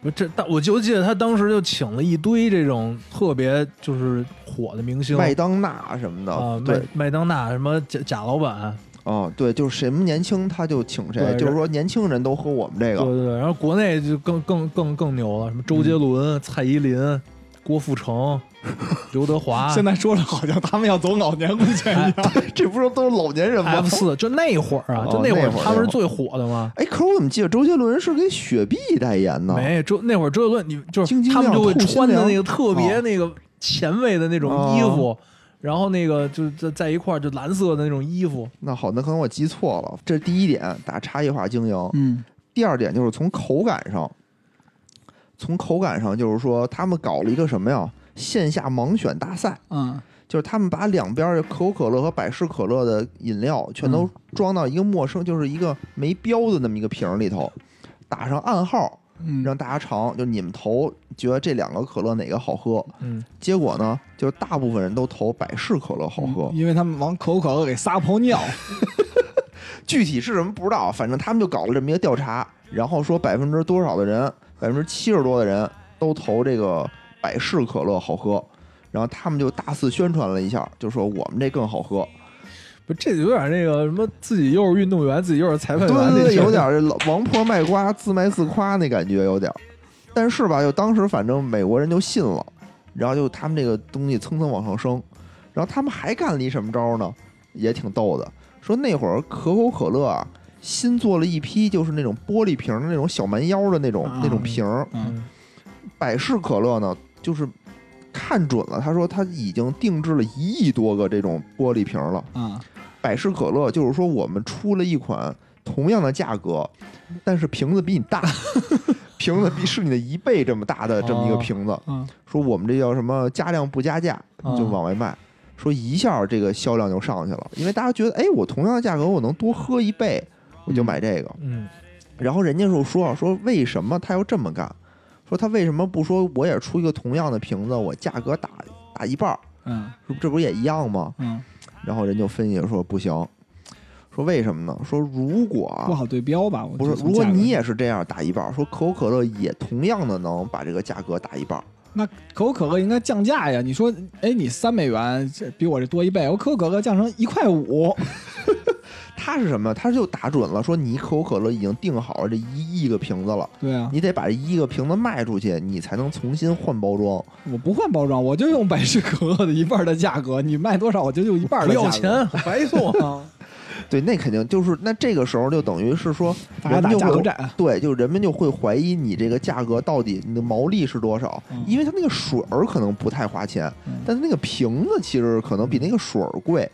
S3: 我这当我就记得他当时就请了一堆这种特别就是火的明星
S1: 麦当娜什么的，
S3: 啊，麦
S1: 对
S3: 麦当娜什么贾贾老板，
S1: 啊，对，就是什么年轻他就请谁，
S3: 对
S1: 就是说年轻人都喝我们这
S3: 对
S1: 个。嗯
S3: 对对，然后国内就更更更更牛了，什么周杰伦、蔡依林、郭富城、刘 德华，
S2: 现在说的好像他们要走老年路线一样，
S1: 这不是都是老年人吗
S3: F 四，就那会儿啊，
S1: 哦
S3: 就那会
S1: 那
S3: 儿
S1: 会儿
S3: 他们是最火的嘛。
S1: 哎，可是我怎么记得周杰伦是给雪碧代言呢？
S3: 没，周那会儿周杰伦，你就是
S1: 啊晶晶
S3: 他们
S1: 亮
S3: 就会
S1: 透心
S3: 穿的
S1: 凉
S3: 那个特别
S1: 哦
S3: 那个前卫的那种衣服，然后那个就是在在一块儿就蓝色的那种衣服，
S1: 那好，那可能我记错了。这是第一点，打差异化经营。
S2: 嗯
S1: 第二点就是从口感上，从口感上就是说他们搞了一个什么呀？线下盲选大赛，
S2: 嗯
S1: 就是他们把两边的可口可乐和百事可乐的饮料全都
S2: 嗯
S1: 装到一个陌生，就是一个没标的那么一个瓶儿里头，打上暗号，
S2: 嗯，
S1: 让大家尝，就你们投觉得这两个可乐哪个好喝。
S3: 嗯，
S1: 结果呢，就是大部分人都投百事可乐好喝，
S2: 嗯因为他们往可口可乐给撒泡尿，
S1: 具体是什么不知道，反正他们就搞了这么一个调查，然后说百分之多少的人，百分之七十多的人都投这个百事可乐好喝，然后他们就大肆宣传了一下，就说我们这更好喝，
S3: 不，这有点那个什么，自己又是运动员，自己又是裁判
S1: 对
S3: 员那
S1: 对对，
S3: 劲儿
S1: 有点儿老王婆卖瓜自卖自夸那感觉有点儿，但是吧，就当时反正美国人就信了，然后就他们这个东西蹭蹭往上升，然后他们还干了一什么招呢？也挺逗的，说那会儿可口可乐啊。新做了一批，就是那种玻璃瓶儿的那种小蛮腰的那种、那种
S2: 啊
S1: 瓶儿，
S3: 嗯
S1: 百事可乐呢，就是看准了，他说他已经定制了一亿多个这种玻璃瓶了。
S2: 啊，
S1: 百事可乐就是说我们出了一款同样的价格，但是瓶子比你大， 瓶子比是你的一倍这么大的这么一个瓶子，
S2: 嗯
S1: 说我们这叫什么加量不加价，
S2: 啊
S1: 就往外卖。说一下这个销量就上去了，因为大家觉得，哎，我同样的价格我能多喝一倍，我就买这个。
S3: 嗯
S1: 然后人家就说啊说为什么他要这么干？说他为什么不说我也出一个同样的瓶子，我价格打打一半儿，
S2: 嗯
S1: 说这不是也一样吗？
S2: 嗯，
S1: 然后人就分析说不行，说为什么呢？说如果
S2: 不
S1: 啊
S2: 好对标吧？我
S1: 不是
S2: 觉得，从
S1: 如果
S2: 价格
S1: 你也是这样打一半儿，说可口可乐也同样的能把这个价格打一半儿，
S2: 那可口可乐应该降价呀？你说，哎，你三美元这比我这多一倍，我可口可乐降成一块五，
S1: 他是什么？他就打准了，说你可口可乐已经定好了这一亿个瓶子了，
S2: 对啊，
S1: 你得把这一亿个瓶子卖出去，你才能重新换包装。
S2: 我不换包装，我就用百事可乐的一半的价格，你卖多少我就用一半
S3: 不
S2: 嗯的价格。
S3: 要钱，白送
S2: 啊！
S1: 对，那肯定就是那这个时候就等于是说，
S2: 大家
S1: 人
S2: 打
S1: 就
S2: 价
S1: 会
S2: 格战，
S1: 对，就人们就会怀疑你这个价格到底你的毛利是多少，
S2: 嗯
S1: 因为它那个水儿可能不太花钱，
S2: 嗯
S1: 但是那个瓶子其实可能比那个水儿贵，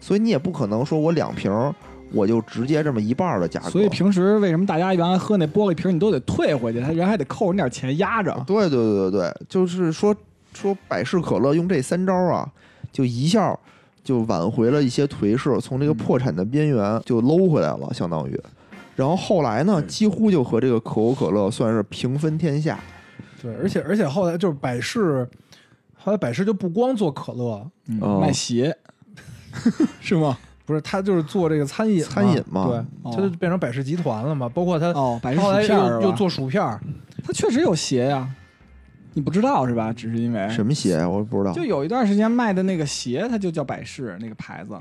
S1: 所以你也不可能说我两瓶儿我就直接这么一半儿的价格。
S2: 所以平时为什么大家原来喝那玻璃瓶，你都得退回去，他人还得扣人点钱压着。
S1: 对对对对对，就是说说百事可乐用这三招啊，就一下就挽回了一些颓势，从这个
S2: 嗯
S1: 破产的边缘就搂回来了，相当于。然后后来呢，几乎就和这个可口可乐算是平分天下。
S3: 对，而且而且后来就是百事，后来百事就不光做可乐，
S1: 哦
S2: 嗯卖鞋 是吗？
S3: 不是他就是做这个餐饮
S1: 餐饮嘛
S3: 对，
S2: 哦
S3: 他就变成百事集团了嘛。包括他
S2: 哦，百事
S3: 后来
S2: 薯片儿
S3: 又
S2: 是
S3: 又
S2: 吧？
S3: 做薯片儿，
S2: 他确实有鞋呀、你不知道是
S1: 嗯
S2: 吧？只是因为
S1: 什么鞋啊我不知道
S2: 哎就，有一段时间卖的那个鞋，它就叫百事那个牌子。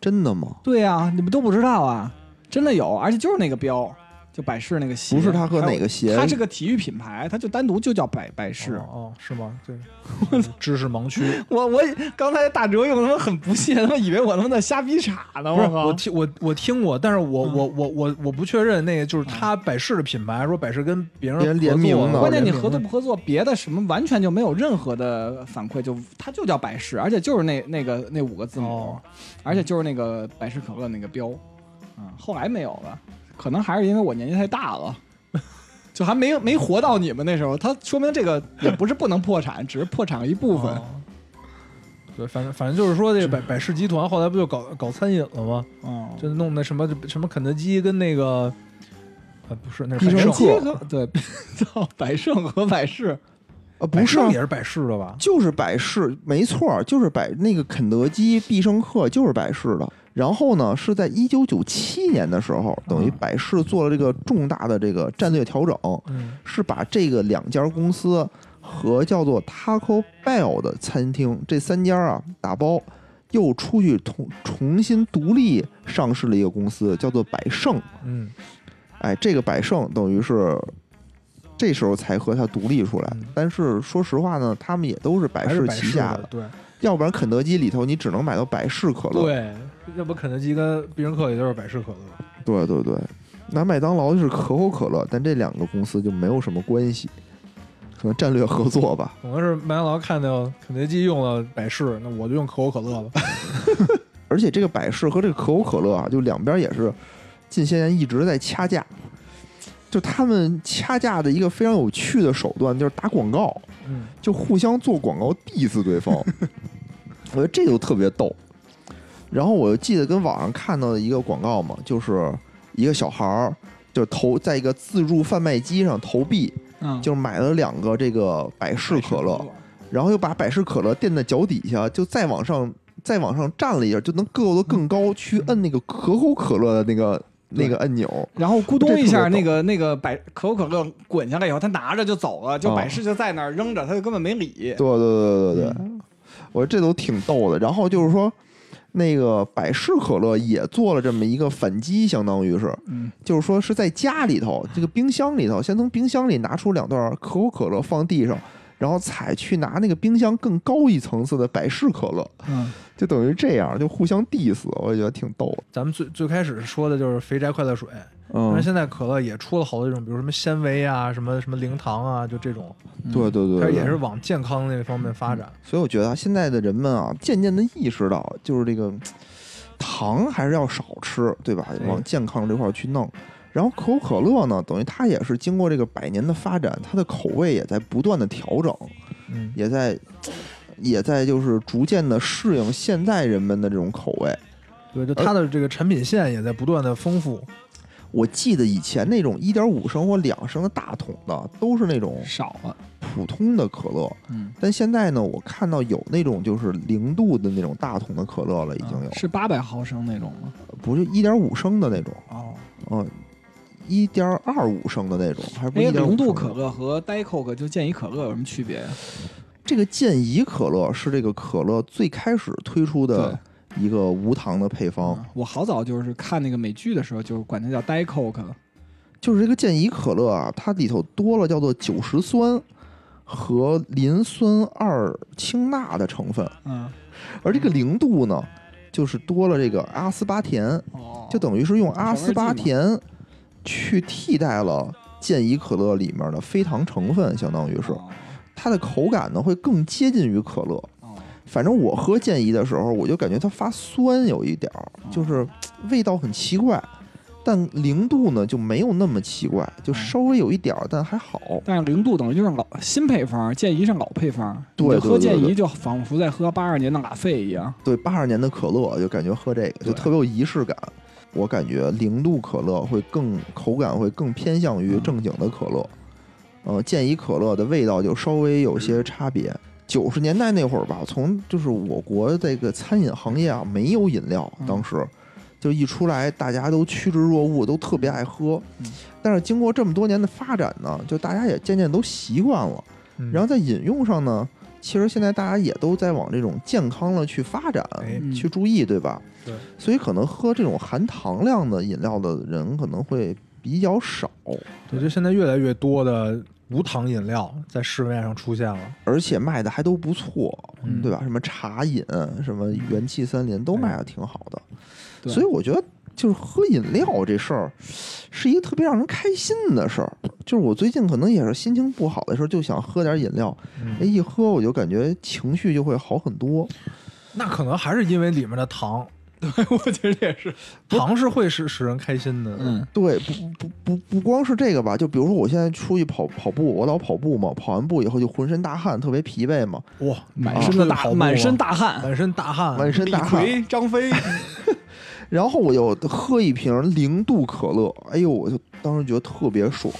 S1: 真的吗？
S2: 对呀、你们都不知道啊，真的有，而且就是那个标，就百事那个鞋。
S1: 不是它和哪个
S2: 还
S1: 鞋
S2: 有？它是个体育品牌，它就单独就叫百百事。
S3: 哦哦是吗？对，知识盲区。
S2: 我我刚才大哲用他妈很不屑，他妈以为我他妈在瞎逼扯呢，
S3: 不是
S2: 啊靠
S3: 我听我我听过，但是我、
S2: 嗯
S3: 我我我我不确认那个就是他百事的品牌，说百事跟别人
S1: 别人
S3: 合
S1: 联
S3: 作
S1: 名的
S3: 了
S2: 关键你
S3: 联名
S2: 合作
S3: 了
S2: 不合作，别的什么完全就没有任何的反馈，就它就叫百事，而且就是那那个那五个字母，
S3: 哦
S2: 而且就是那个百事可乐那个标，嗯，后来没有了，可能还是因为我年纪太大了， 就还没没活到你们那时候。它说明这个也不是不能破产，只是破产了一部分。
S3: 哦对，反正反正就是说，这个百百事集团后来不就搞搞餐饮了吗？
S2: 嗯，
S3: 就弄那什么什么肯德基跟那个，呃，不是那是
S2: 必
S3: 百
S2: 胜
S3: 胜，
S2: 客 对，操，百胜和百事
S1: 啊，
S3: 百
S1: 不是
S3: 胜
S2: 哎
S1: 啊，
S3: 也是百事的吧？
S1: 就是百事，没错儿，就是百那个肯德基、必胜客就是百事的。然后呢，是在一九九七年的时候，等于百事做了这个重大的这个战略调整，
S3: 嗯，
S1: 是把这个两家公司和叫做 Taco Bell 的餐厅这三家啊打包，又出去重重新独立上市了一个公司，叫做百胜。
S3: 嗯，
S1: 哎，这个百胜等于是这时候才和它独立出来。
S3: 嗯
S1: 但是说实话呢，他们也都是百
S3: 还是
S1: 事
S3: 百
S1: 旗
S3: 事
S1: 下
S3: 的
S1: 的，，
S3: 对
S1: 要不然肯德基里头你只能买到百事可乐。
S3: 对，要不肯德基跟必胜客也就是百事可乐。
S1: 对对对那麦当劳就是可口可乐，但这两个公司就没有什么关系，可能战略合作吧。
S3: 可能是麦当劳看到肯德基用了百事，那我就用可口可乐吧。
S1: 而且这个百事和这个可口可乐啊，就两边也是近些年一直在掐架。就他们掐架的一个非常有趣的手段，就是打广告。
S3: 嗯，
S1: 就互相做广告 diss 对方， 我觉得这就特别逗。然后我就记得跟网上看到的一个广告嘛，就是一个小孩儿就投在一个自助贩卖机上投币，
S2: 嗯，
S1: 就买了两个这个百事可乐，然后又把百事可乐垫在脚底下，就再往上再往上站了一下，就能够得更高，去摁那个可口可乐的那个那个按钮，
S2: 然后咕咚一
S1: 这特别
S2: 下，
S1: 逗
S2: 那个那个百可口可乐滚下来以后，他拿着就走了，就
S1: 啊
S2: 百事就在那儿扔着，他就根本没理
S1: 对。对对对对对，我这都挺逗的。然后就是说，那个百事可乐也做了这么一个反击，相当于是，
S2: 嗯
S1: 就是说是在家里头这个冰箱里头，先从冰箱里拿出两段可口可乐放地上。然后踩去拿那个冰箱更高一层次的百事可乐，
S2: 嗯，
S1: 就等于这样，就互相 diss，我也觉得挺逗的。
S3: 咱们最最开始说的就是肥宅快乐水，但
S1: 嗯
S3: 是，现在可乐也出了好多这种，比如什么纤维啊、什么什么零糖啊，就这种，
S1: 对对对，
S3: 它
S1: 对
S3: 也是往健康那方面发展。
S1: 所以我觉得啊现在的人们啊，渐渐的意识到，就是这个嘖糖还是要少吃，对吧？
S3: 对
S1: 往健康这块儿去弄。然后可口可乐呢，等于它也是经过这个百年的发展，它的口味也在不断的调整，
S3: 嗯，
S1: 也在嘖也在就是逐渐的适应现在人们的这种口味。
S3: 对，就它的这个产品线也在不断的丰富。
S1: 我记得以前那种一点五升或两升的大桶的，都是那种
S2: 嗯少了。
S1: 普通的可乐。
S2: 嗯，
S1: 但现在呢，我看到有那种就是零度的那种大桶的可乐了，已经有。
S2: 嗯是八百毫升那种吗？
S1: 不是一点五升的那种，
S2: 哦，
S1: 嗯，一点二五升的那种，还不
S2: 哎，
S1: 一
S2: 零
S1: 点
S2: 度可。乐和 d i Coke 就健怡可乐有什么区别呀？
S1: 这个健怡可乐是这个可乐最开始推出的一个无糖的配方，
S2: 嗯，我好早就是看那个美剧的时候，就是管它叫 d i Coke 了。
S1: 就是这个健怡可乐啊，它里头多了叫做酒石酸和磷酸二氢钠的成分，
S2: 嗯，
S1: 而这个零度呢，就是多了这个阿斯巴甜，
S2: 哦，
S1: 就等于是用阿斯巴甜去替代了健怡可乐里面的非糖成分，相当于是。
S2: 哦
S1: 它的口感呢会更接近于可乐。
S2: 哦
S1: 反正我喝健怡的时候，我就感觉它发酸有一点儿，就是嘖味道很奇怪，但零度呢就没有那么奇怪，就稍微有一点儿，但还好。
S2: 但是零度等于就是老新配方，健怡是老配方，
S1: 对
S2: 你就
S1: 对
S2: 喝
S1: 对
S2: 健怡
S1: 对
S2: 就仿佛在喝八二年的拉菲一样。
S1: 对，八二年的可乐就感觉喝这个
S2: 对
S1: 就特别有仪式感。我感觉零度可乐会更口感会更偏向
S2: 嗯
S1: 于正经的可乐，呃，健怡可乐的味道就稍微有
S2: 嗯
S1: 些差别。九十年代那会儿吧，从就是我国这个餐饮行业啊，没有饮料，
S2: 嗯
S1: 当时就一出来，大家都趋之若鹜，都特别爱喝
S2: 嗯。
S1: 但是经过这么多年的发展呢，就大家也渐渐都习惯了。
S3: 嗯
S1: 然后在饮用上呢，其实现在大家也都在往这种健康了去发展，
S3: 哎
S2: 嗯
S1: 去注意，对吧？
S3: 对
S1: 所以可能喝这种含糖量的饮料的人可能会比较少，
S3: 对，就现在越来越多的无糖饮料在市面上出现了，
S1: 而且卖的还都不错，
S3: 嗯
S1: 对吧？什么茶饮、什么元气森林都卖的挺好的，
S2: 对
S1: 所以我觉得。就是喝饮料这事儿，是一个特别让人开心的事儿。就是我最近可能也是心情不好的时候，就想喝点饮料，
S3: 嗯
S1: 哎，一喝我就感觉情绪就会好很多。
S3: 那可能还是因为里面的糖，
S2: 我觉得也是。
S3: 糖是会使使人开心的。
S2: 嗯，
S1: 对，不不不不光是这个吧，就比如说我现在出去跑跑步，我老跑步嘛，跑完步以后就浑身大汗，特别疲惫嘛，
S3: 哇，
S2: 满
S1: 啊
S2: 身的大
S3: 跑步啊
S2: 满身大汗，
S3: 满身大汗，
S1: 满身
S2: 李
S1: 大汗。
S2: 逵、张飞，
S1: 然后我就喝一瓶零度可乐，哎呦，我就当时觉得特别爽，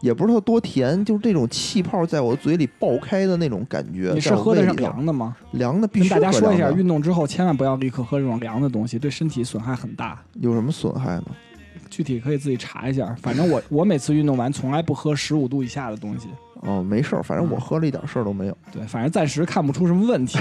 S1: 也不是它多甜，就是这种气泡在我嘴里爆开的那种感觉。
S2: 你是
S1: 在我
S2: 喝的
S1: 胃
S2: 是
S1: 里头
S2: 凉的吗？
S1: 凉的，必
S2: 跟
S1: 须
S2: 大家
S1: 喝
S2: 说一下，
S1: 凉的
S2: 运动之后千万不要立刻喝这种凉的东西，对身体损害很大。
S1: 有什么损害呢？
S2: 具体可以自己查一下，反正我我每次运动完从来不喝十五度以下的东西。
S1: 哦，没事儿，反
S2: 嗯
S1: 正我喝了一点事儿都没有，
S2: 对，反正暂时看不出什么问题，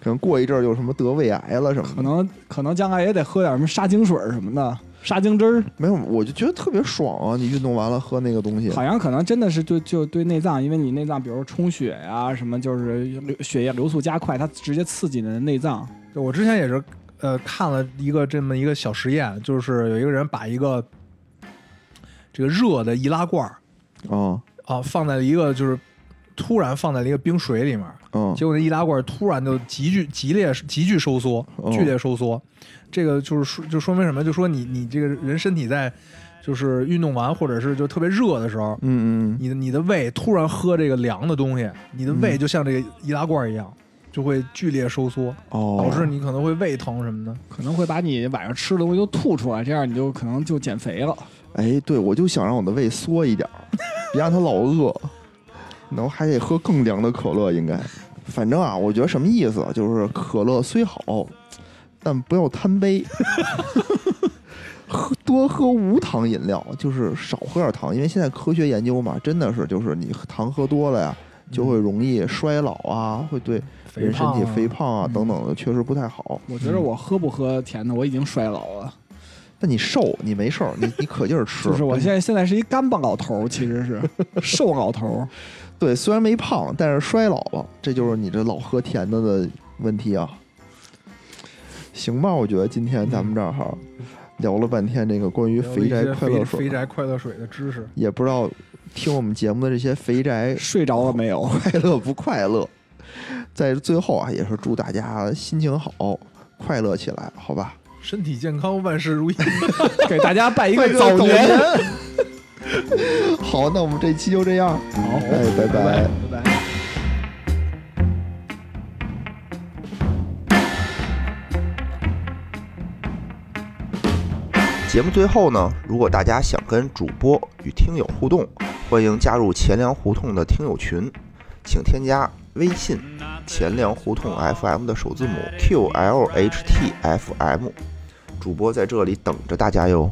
S1: 可能过一阵儿就什么得胃癌了什么的
S2: 可。能可能将来也得喝点什么沙精水儿什么的，沙精汁儿，
S1: 没有，我就觉得特别爽啊！你运动完了喝那个东西，
S2: 好像可能真的是就就对内脏，因为你内脏比如充血呀、什么，就是流血液流速加快，它直接刺激你的内脏。
S3: 对我之前也是，呃，看了一个这么一个小实验，就是有一个人把一个这个热的易拉罐儿
S1: 啊，
S3: 啊放在了一个就是突然放在了一个冰水里面，
S1: 嗯，
S3: 结果那易拉罐儿突然就急剧激烈急剧收缩，
S1: 哦
S3: 剧烈收缩。这个就是说就说明什么？就说你你这个人身体在就是运动完或者是就特别热的时候。
S1: 嗯嗯
S3: 你的你的胃突然喝这个凉的东西，你的
S1: 嗯
S3: 胃就像这个易拉罐儿一样，就会剧烈收缩，
S1: 嗯，哦，
S3: 导致你可能会胃疼什么的。
S2: 可能会把你晚上吃的东西都吐出来，这样你就可能就减肥了。
S1: 哎，对，我就想让我的胃缩一点 儿，别让它老饿。那我还得喝更凉的可乐，应该。反正啊，我觉得什么意思啊， 就是可乐虽好，但不要贪杯。喝多喝无糖饮料，就是少喝点糖，因为现在科学研究嘛，真的是就是你糖喝多了呀，就会容易衰老啊，会对
S3: 肥
S1: 人身
S3: 胖
S1: 体
S3: 啊嗯
S1: 肥胖啊
S2: 嗯
S1: 等等的确实不太好。
S2: 我觉得我喝不喝甜的，我已经衰老了。
S1: 但你瘦你没事儿，你你可劲儿吃。
S2: 就是我现在现在是一干巴老头儿，其实是 瘦老头儿。
S1: 对，虽然没胖，但是衰老了，这就是你这老喝甜的的问题啊。行吧，我觉得今天咱们这儿哈聊了半天这个关于
S3: 聊了一
S1: 肥宅
S3: 些
S1: 快乐
S3: 肥
S1: 水，
S3: 肥宅快乐水的知识，
S1: 也不知道听我们节目的这些肥宅
S2: 睡着了没有？
S1: 快乐不快乐。在最后啊，也是祝大家心情好，快乐起来，好吧？
S3: 身体健康，万事如意。
S2: 给大家拜一个
S1: 早
S2: 早年。
S1: 好，那我们这期就这样，
S2: 好
S1: 哎，拜拜
S2: 拜拜。
S4: 节目最后呢，如果大家想跟主播与听友互动，欢迎加入钱粮胡同的听友群，请添加微信“钱粮胡同 FM” 的首字母 “QLHTFM”，主播在这里等着大家哟。